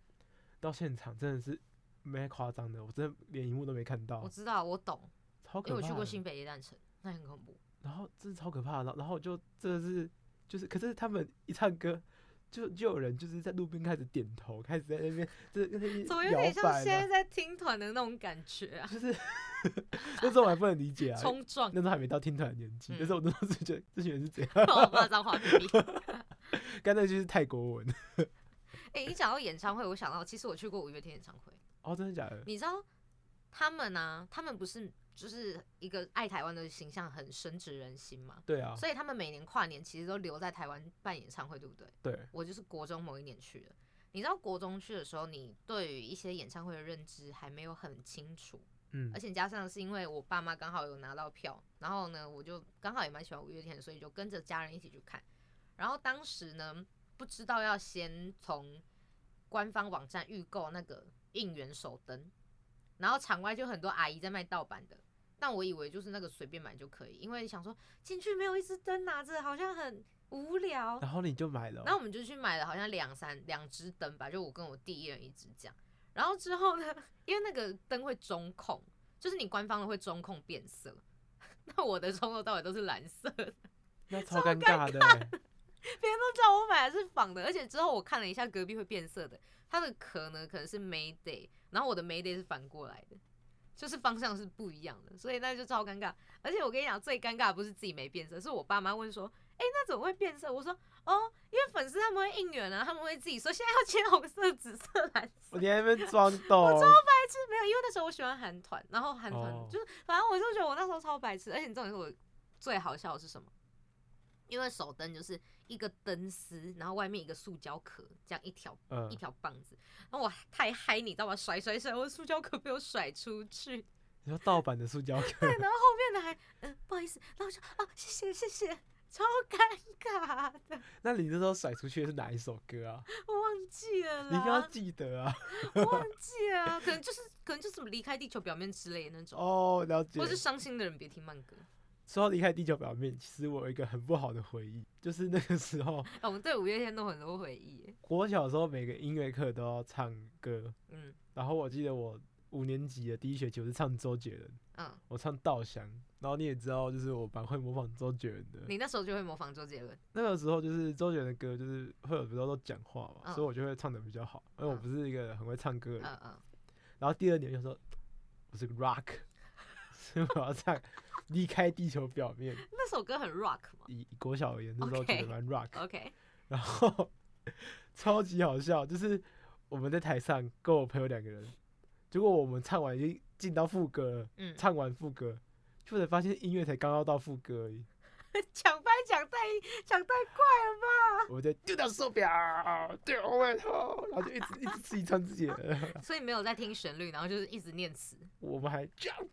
到现场真的是没夸张的，我真的连荧幕都没看到
我，知道，我懂，
超可
因为
怕的。
我去过新北耶诞城，那很恐怖。
然后真的超可怕的，然后然后就真的是就是，可是他们一唱歌，就就有人就是在路边开始点头，开始在那边就是在那边
怎么有点
摇
像
摆啊
现在
嘛
在听团的那种感觉啊？
就是那时候我还不能理解啊，
冲撞
那，时候还没到听团的年纪，
嗯哦
那时候我那时候是觉得这群人是怎样，
我骂脏话比 比。
刚才就是泰国文
哎、一讲到演唱会，我想到其实我去过五月天演唱会，
哦，真的假的？
你知道他们啊，他们不是就是一个爱台湾的形象很深植人心嘛，
对啊，
所以他们每年跨年其实都留在台湾办演唱会，对不对？
对，
我就是国中某一年去的。你知道国中去的时候，你对于一些演唱会的认知还没有很清楚，
嗯
而，且加上是因为我爸妈刚好有拿到票，然后呢，我就刚好也蛮喜欢五月天的，所以就跟着家人一起去看。然后当时呢，不知道要先从官方网站预购那个应援手灯，然后场外就很多阿姨在卖盗版的，但我以为就是那个随便买就可以，因为想说进去没有一支灯拿着，好像很 无聊。
然后你就买了哦，
然后我们就去买了，好像两三两只灯吧，就我跟我弟一人一只这样。然后之后呢，因为那个灯会中控，就是你官方的会中控变色， 那我的从头到尾都是蓝色的，
那超尴尬的欸，
别人都知道我买的是仿的。而且之后我看了一下隔壁会变色的，它的壳呢可能是 Mayday，然后我的 Mayday 是反过来的，就是方向是不一样的，所以那就超尴尬。而且我跟你讲，最尴尬的不是自己没变色，是我爸妈问说：“哎、那怎么会变色？”我说：“哦，因为粉丝他们会应援啊，他们会自己说现在要浅红色、紫色、蓝色。”
我你还在那边 装懂，
是哎没有，因为那时候我喜欢韩团，然后韩团、
哦
就是，反正我就觉得我那时候超白痴，而且你重点是我最好笑的是什么？因为手灯就是一个灯丝，然后外面一个塑胶壳，这样一条、
嗯
一条棒子。然后我太嗨，你知道吗？甩甩甩，我的塑胶壳被我甩出去，
你说盗版的塑胶壳，
然后后面的还嗯、不好意思，然后我说啊谢谢谢谢，超尴尬的，
那你那时候甩出去的是哪一首歌 啊？
我忘记了
你一定要
啦，
记得啊。
我忘记了啊，可能就是可能就是什么离开地球表面之类的那种，
哦，了解
或。是伤心的人别听慢歌。
说到离开地球表面，其实我有一个很不好的回忆，就是那个时 候
我们对五月天都很多回忆耶。
国小的时候，每个音乐课都要唱歌，
嗯
然后我记得我五年级的第一学期我是唱周杰伦，
嗯，
我唱《稻香》，然后你也知道，就是我蛮会模仿周杰伦的。
你那时候就会模仿周杰伦，
那个时候就是周杰伦的歌，就是会有比较多讲话嘛，
嗯
所以我就会唱的比较好，因为我不是一个很会唱歌的人。
嗯嗯，
然后第二年就说我是个 rock，所以我要唱《离开地球表面》。
那首歌很 rock 嘛。
以以国小而言，那时候觉
OK
得蛮 rock，
OK，
然后超级好笑，就是我们在台上跟我朋友两个人，结果我们唱完已经进到副歌了，
嗯，
唱完副歌，就才发现音乐才刚要到副歌而已，
抢拍抢太抢太快了吧？
我们在丢掉手表，丢外套，然后就一直一直自己唱自己的，
所以没有在听旋律，然后就是一直念词。
我们还 jump，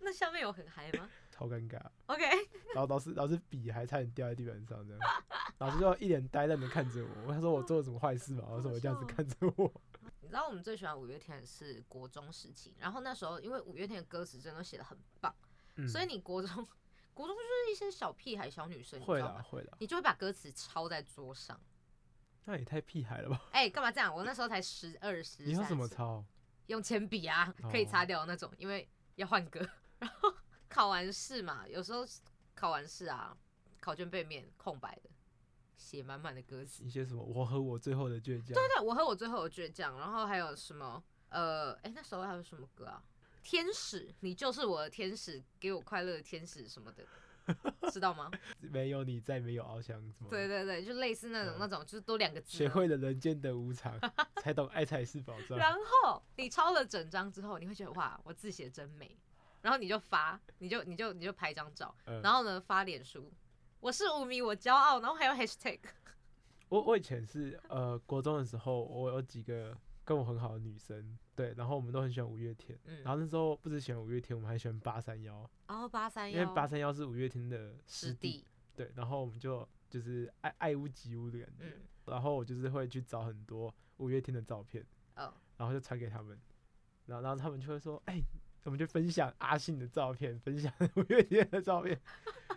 那下面有很嗨吗
超尴尬，
？OK，
然后老师老师笔还差点掉在地板上这样，老师就一脸呆愣的看着我，他说我做了什么坏事嘛，我说我这样
哦
子看着我，
你知道我们最喜欢五月天的是国中时期，然后那时候因为五月天的歌词真的写的很棒，
嗯
所以你国中国中就是一些小屁孩小女生，你
会啊
知道
啦
吗？
会啦，
你就会把歌词抄在桌上。
那也太屁孩了吧？
哎、干嘛这样？我那时候才十二十，
你用什
13
么
岁
抄？
用铅笔啊，可以
哦
擦掉的那种，因为要换歌。 然后考完试嘛，有时候考完试啊，考卷背面空白的，写满满的歌词。
一些什么“我和我最后的倔强”，
对，我和我最后的倔强，然后还有什么？呃，哎、那时候还有什么歌啊？天使，你就是我的天使，给我快乐的天使什么的，知道吗？
没有你，再没有翱翔，什么
对对对，就类似那种、那种，就是多两个字啊
学
的。
会了人间的无 常，才懂爱才是宝藏。
然后你抄了整张之后，你会觉得哇，我字写真美，然后你就发，你就你就你就拍一张照，
嗯
然后呢发脸书，我是五迷，我骄傲，然后还有 hashtag，
我我以前是呃国中的时候，我有几个跟我很好的女生，对，然后我们都很喜欢五月天。
嗯，
然后那时候不止喜欢五月天，我们还喜欢八三幺，
然后八三
因为
幺
八三幺是五月天的师
师弟，
对，然后我们就就是爱爱屋及乌的感觉。
嗯，
然后我就是会去找很多五月天的照片，
哦，
然后就传给他们，然后然后他们就会说，哎、我们就分享阿信的照片，分享五月天的照 片，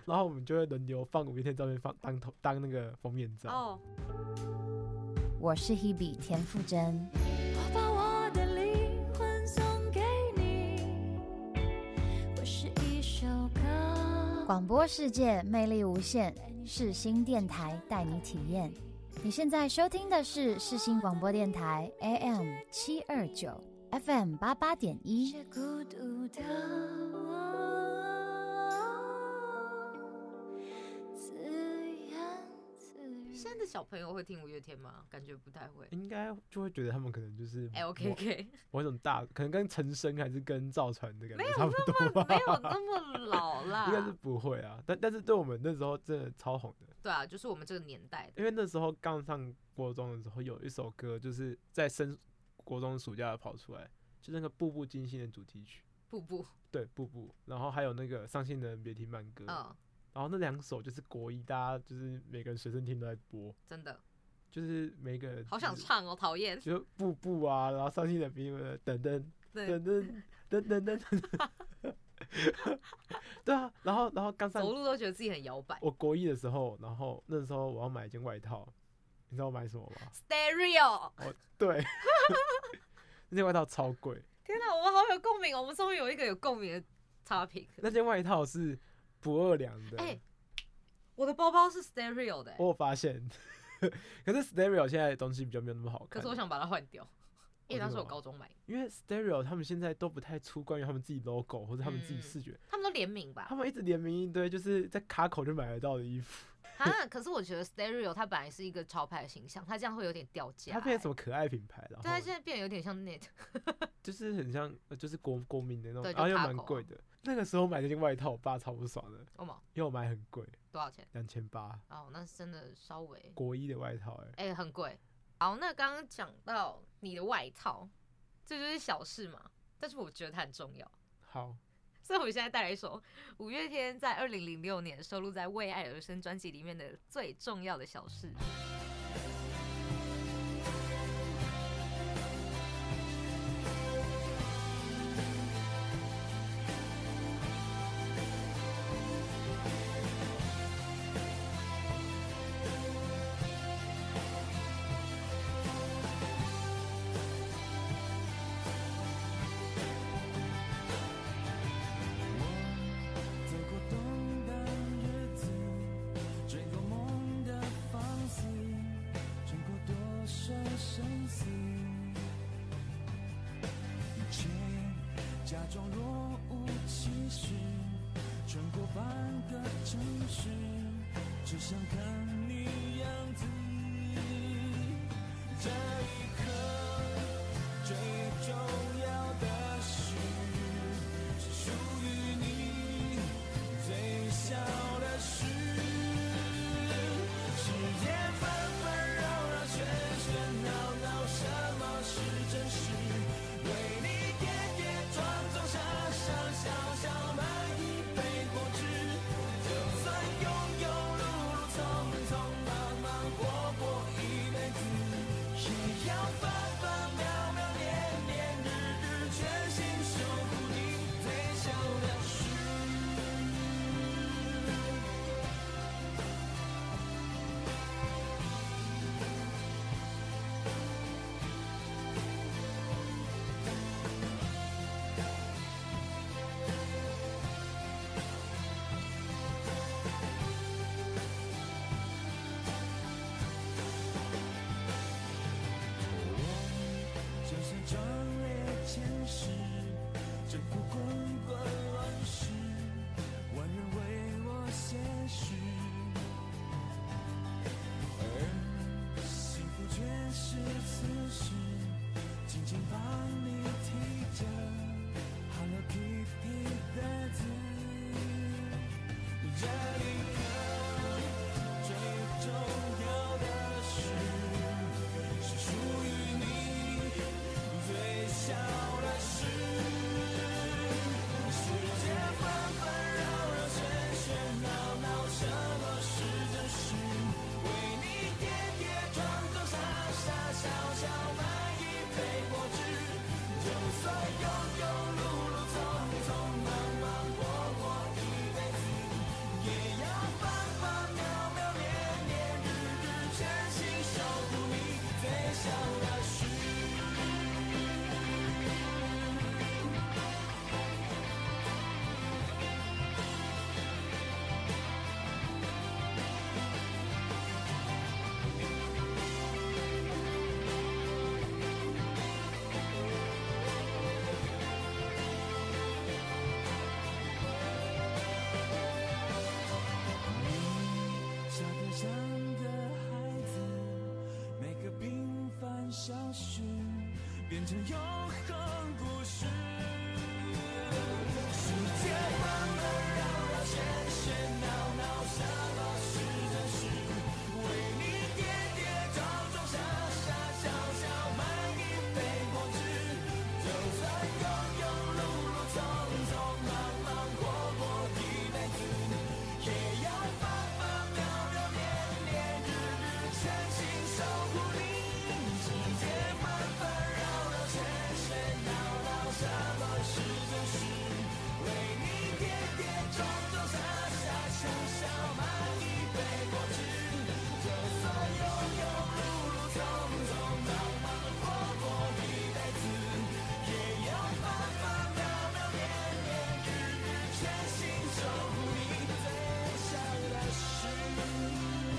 然后我们就会轮流放五月天照片放当头当那个啊封面照。
哦，
我是 Hebe 田馥甄。
我把我
广播世界魅力无限，世新电台带你体验。你现在收听的是世新广播电台 AM 七二九 FM 八八点一。
孤独的我，自言自语。
现在的小朋友会听五月天吗？感觉不太会。哎
应该就会觉得他们可能就是
L K K
某种大，可能跟陈升还是跟赵传的感
没
觉
有
差不多
那么
吧。
没有那么老
啊 应该是
啦。
不会啊，但但是对我们那时候真的超红的，
对啊，就是我们这个年代的。
因为那时候刚上国中的时候，有一首歌就是在升国中暑假跑出来，就那个《步步惊心》的主题曲，
步步，
对，《步步》，然后还有那个《伤心的人别听慢歌》
嗯，
然后那两首就是国一，大家就是每个人随身听都在播，
真的
就是每个人
好想
就是，
唱哦，讨厌。
就是《步步》啊，然后《伤心的人别听慢歌》等等。
对，
等等等等等等， 对啊，然后然后刚上
走路都觉得自己很摇摆。
我国一的时候，然后那时候我要买一件外套，你知道我买什么吗？
Stereo，
对， 那件外套超贵，
天哪，我们好有共鸣哦！我们终于有一个有共鸣的 topic。
那件外套是不二良的，
哎我的包包是 Stereo 的、
我有发现。 可是 stereo 现在的东西比较没有那么好看，
可是我想把它换掉，因为
哦真的
当时我
吗
高中买的，
因为 stereo 他们现在都不太出关于他们自己 logo 或者他们自己
嗯
视觉，
他们都联名吧
他？们一直联名一堆就是在卡口就买得到的衣服，
啊，可是我觉得 Stereo 它本来是一个潮牌的形象，它这样会有点掉价、
它变成什么
么？
可爱品牌，然后
对，它现在变得有点像 Net，
就是很像，呃就是国国民的那种，
对
然后
就
又
卡
蛮
口啊
贵的。那个时候买那件外套，我爸超不爽的，
哦嘛，
因为我买很贵，
多少钱？
两千八，
哦，那是真的稍微，
国一的外套、哎，
哎、很贵。好，那刚刚讲到你的外套，这就是小事嘛，但是我觉得它很重要。
好，
所以我们现在带来一首五月天在二零零六年收录在《为爱而生》专辑里面的最重要的小事。
走过动荡日子，追过梦的放肆，穿过多少生死，一切假装若无其事，穿过半个城市，只想看你样子。这一刻最重要的事。是属于你最小的事。世界纷纷扰扰，喧喧闹闹，什么是真实？为你跌跌撞撞，傻傻笑笑，满一杯果汁。就算庸庸碌碌，匆匆忙忙过消失，变成永恒故事。世界慢慢绕绕，喧喧闹闹，什么是真实？为你跌跌撞撞，傻傻笑笑，满一杯果汁。就算庸庸碌碌，匆匆忙忙过过一辈子，也要放放秒秒，年年日日，全心守护你。世界慢慢绕绕，喧喧闹闹，什么是真实？为你跌跌撞撞，傻傻笑笑，满一杯果汁。就算庸庸碌碌，匆匆忙忙，过过一辈子，也要分分秒秒，年年日日，全心守护你最想的事。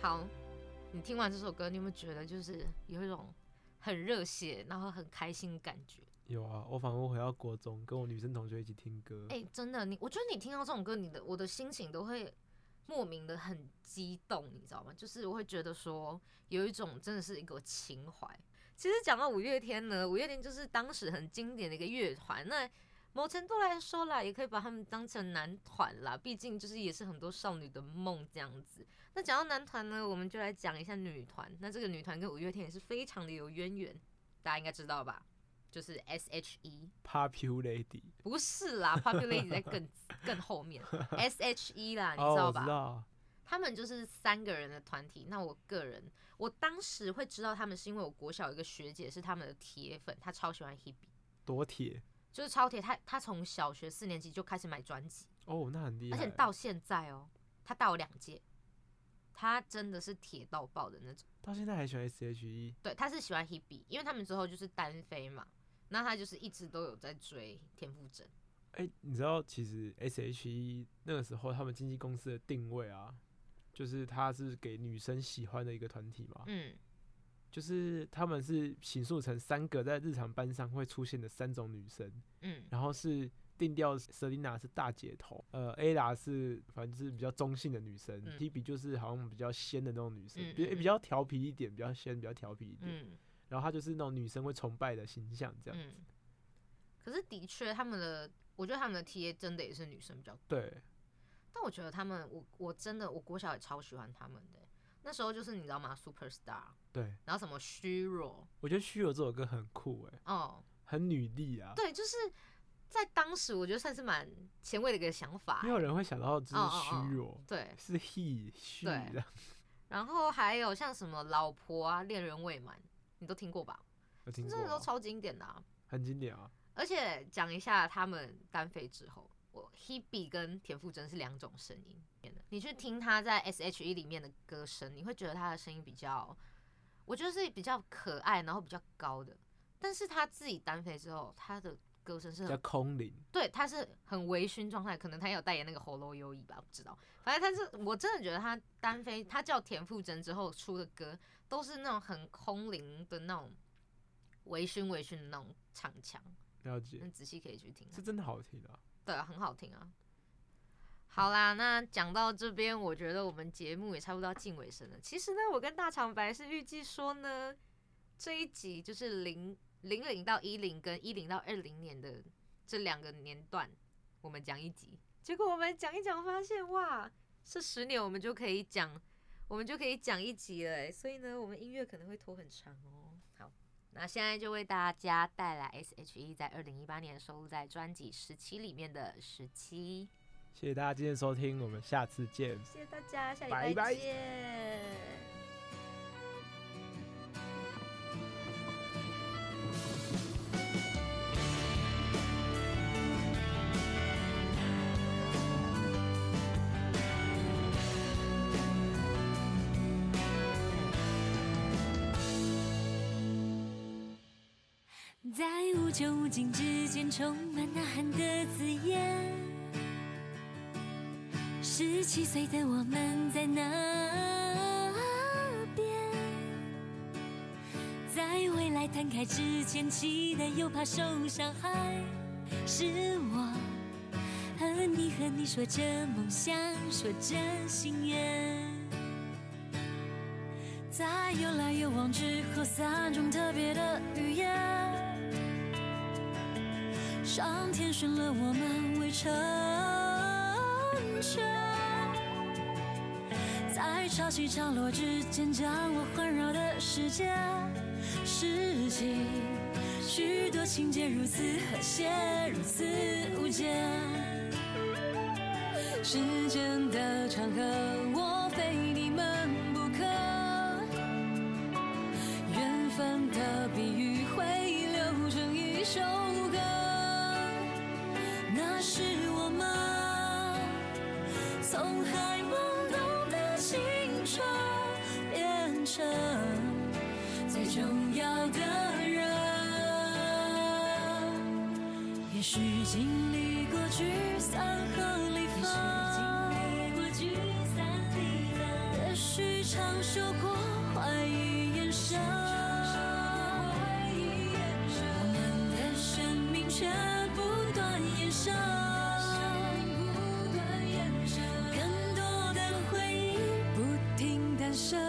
好，你听完这首歌，你有没有觉得就是有一种很热血，然后很开心的感觉？
有啊，我仿佛回到国中，跟我女生同学一起听歌。
哎、真的，你我觉得你听到这种歌，你的我的心情都会莫名的很激动，你知道吗？就是我会觉得说有一种真的是一个情怀。其实讲到五月天呢，五月天就是当时很经典的一个乐团，那某程度来说啦，也可以把他们当成男团啦，毕竟就是也是很多少女的梦这样子。那讲到男团呢，我们就来讲一下女团。那这个女团跟五月天也是非常的有渊源，大家应该知道吧？就是 E S.H.E。
Popular Lady，
不是啦，Popular 在更更后面，S H E 啦，你知
哦，
道
我
吧？
知道，
他们就是三个人的团体。那我个人，我当时会知道他们是因为我国小有一个学姐是他们的铁粉，她超喜欢 Hebe，
多铁
就是超铁。她她从小学四年级就开始买专辑，
哦，那很厉
而
害。
且到现在哦，她大我两届，她真的是铁到爆的那种。
到现在还喜欢 E？S.H.E，
对，她是喜欢 Hebe，因为他们之后就是单飞嘛，那她就是一直都有在追田馥甄。
哎、你知道其实 S.H.E 那个时候他们经纪公司的定位啊，就是它是给女生喜欢的一个团体嘛，
嗯，
就是他们是形塑成三个在日常班上会出现的三种女生，
嗯，
然后是定调 Selina 是大姐头，呃，Ella 是反正就是比较中性的女生、
嗯
h e b e 就是好像比较仙的那种女生，
嗯
比
嗯
比较调皮一点，比较仙，比较调皮一点，
嗯
然后她就是那种女生会崇拜的形象这样，
嗯，可是的确，他们的我觉得他们的 TA 真的也是女生比较多，
对，
但我觉得他们，我我真的我国小也超喜欢他们的欸、那时候就是你知道吗？Superstar，
对，
然后什么虚弱，
我觉得《虚有》这首歌很酷哎、
哦，
很女力啊。
对，就是在当时我觉得算是蛮前卫的一个想法欸、
没有人会想到这
哦
是
哦哦
虚弱，
对，
是 he 虚
对
的。
然后还有像什么老婆啊、恋人未满，你都听过吧？
有听
真
过
的都
啊，
超经典的、啊。
很经典啊。
而且讲一下他们单飞之后，我 Hebe 跟田馥甄是两种声音。你去听他在 S.H.E 里面的歌声，你会觉得他的声音比较，我觉得是比较可爱，然后比较高的。但是他自己单飞之后，他的歌声是
叫
很
空灵，
对，他是很微醺状态，可能他有代言那个喉咙优异吧，不知道。反正他是，我真的觉得他单飞，他叫田馥甄之后出的歌都是那种很空灵的那种微醺微醺的那种唱腔。
了解
那，仔细可以去听啊、
是真的好听啊。
对啊，很好听啊。好啦，那讲到这边，我觉得我们节目也差不多要近尾声了。其实呢，我跟大长白是预计说呢，这一集就是零零零到一零跟一零到二零年的这两个年段，我们讲一集。结果我们讲一讲，发现哇，这十年我们就可以讲，我们就可以讲一集了欸。所以呢，我们音乐可能会拖很长哦。好，那现在就为大家带来 S.H.E 在二零一八年收录在专辑《十七》里面的《十七
谢谢大家今天的收听，我们下次见。》。
谢谢大家，下
拜
礼
拜
拜见。
在五无穷无尽之间，充满呐喊的字眼。十七岁的我们在哪边？在未来摊开之前，期待又怕受伤害，是我和你和你说着梦想，说着心愿。在有来有往之后，三种特别的语言。上天选了我们为成全，在潮起潮落之间，将我环绕的世界，事情许多情节如此和谐，如此无解。时间的长河，我非你们不可。缘分的比喻会流成一首歌，那是我们从还懵懂的青春变成最重要的人。也许经历过聚散和离分，也许承受过怀疑眼神，我们的生命却不断延伸，更多的回忆不停诞生。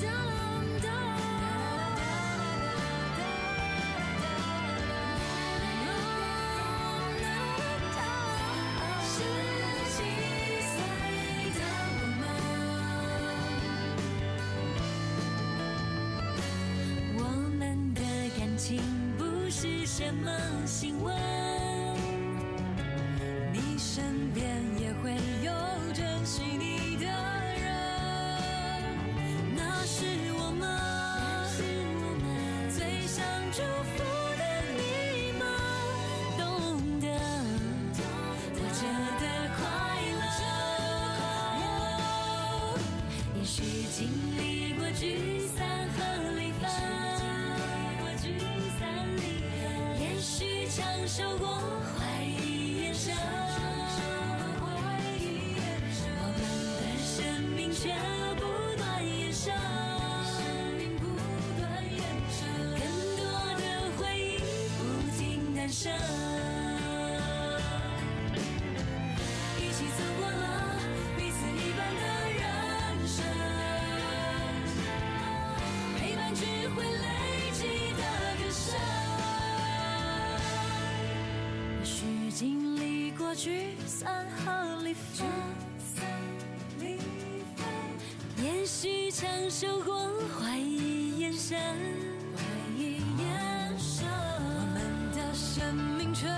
哒啦哒啦十七岁的我们，我们的感情不是什么新闻，你身边也会有珍惜你的人。那是我们最想祝福的，你们懂得活着的快乐。也许经历过聚散和离分，也许承受过怀疑眼神。我们的生命却不断延伸，更多的回忆不停诞生。一起走过了彼此一半的人生，陪伴只会累积的更深。也许经历过聚散和离分，也许承受过怀疑眼神，我们的生命却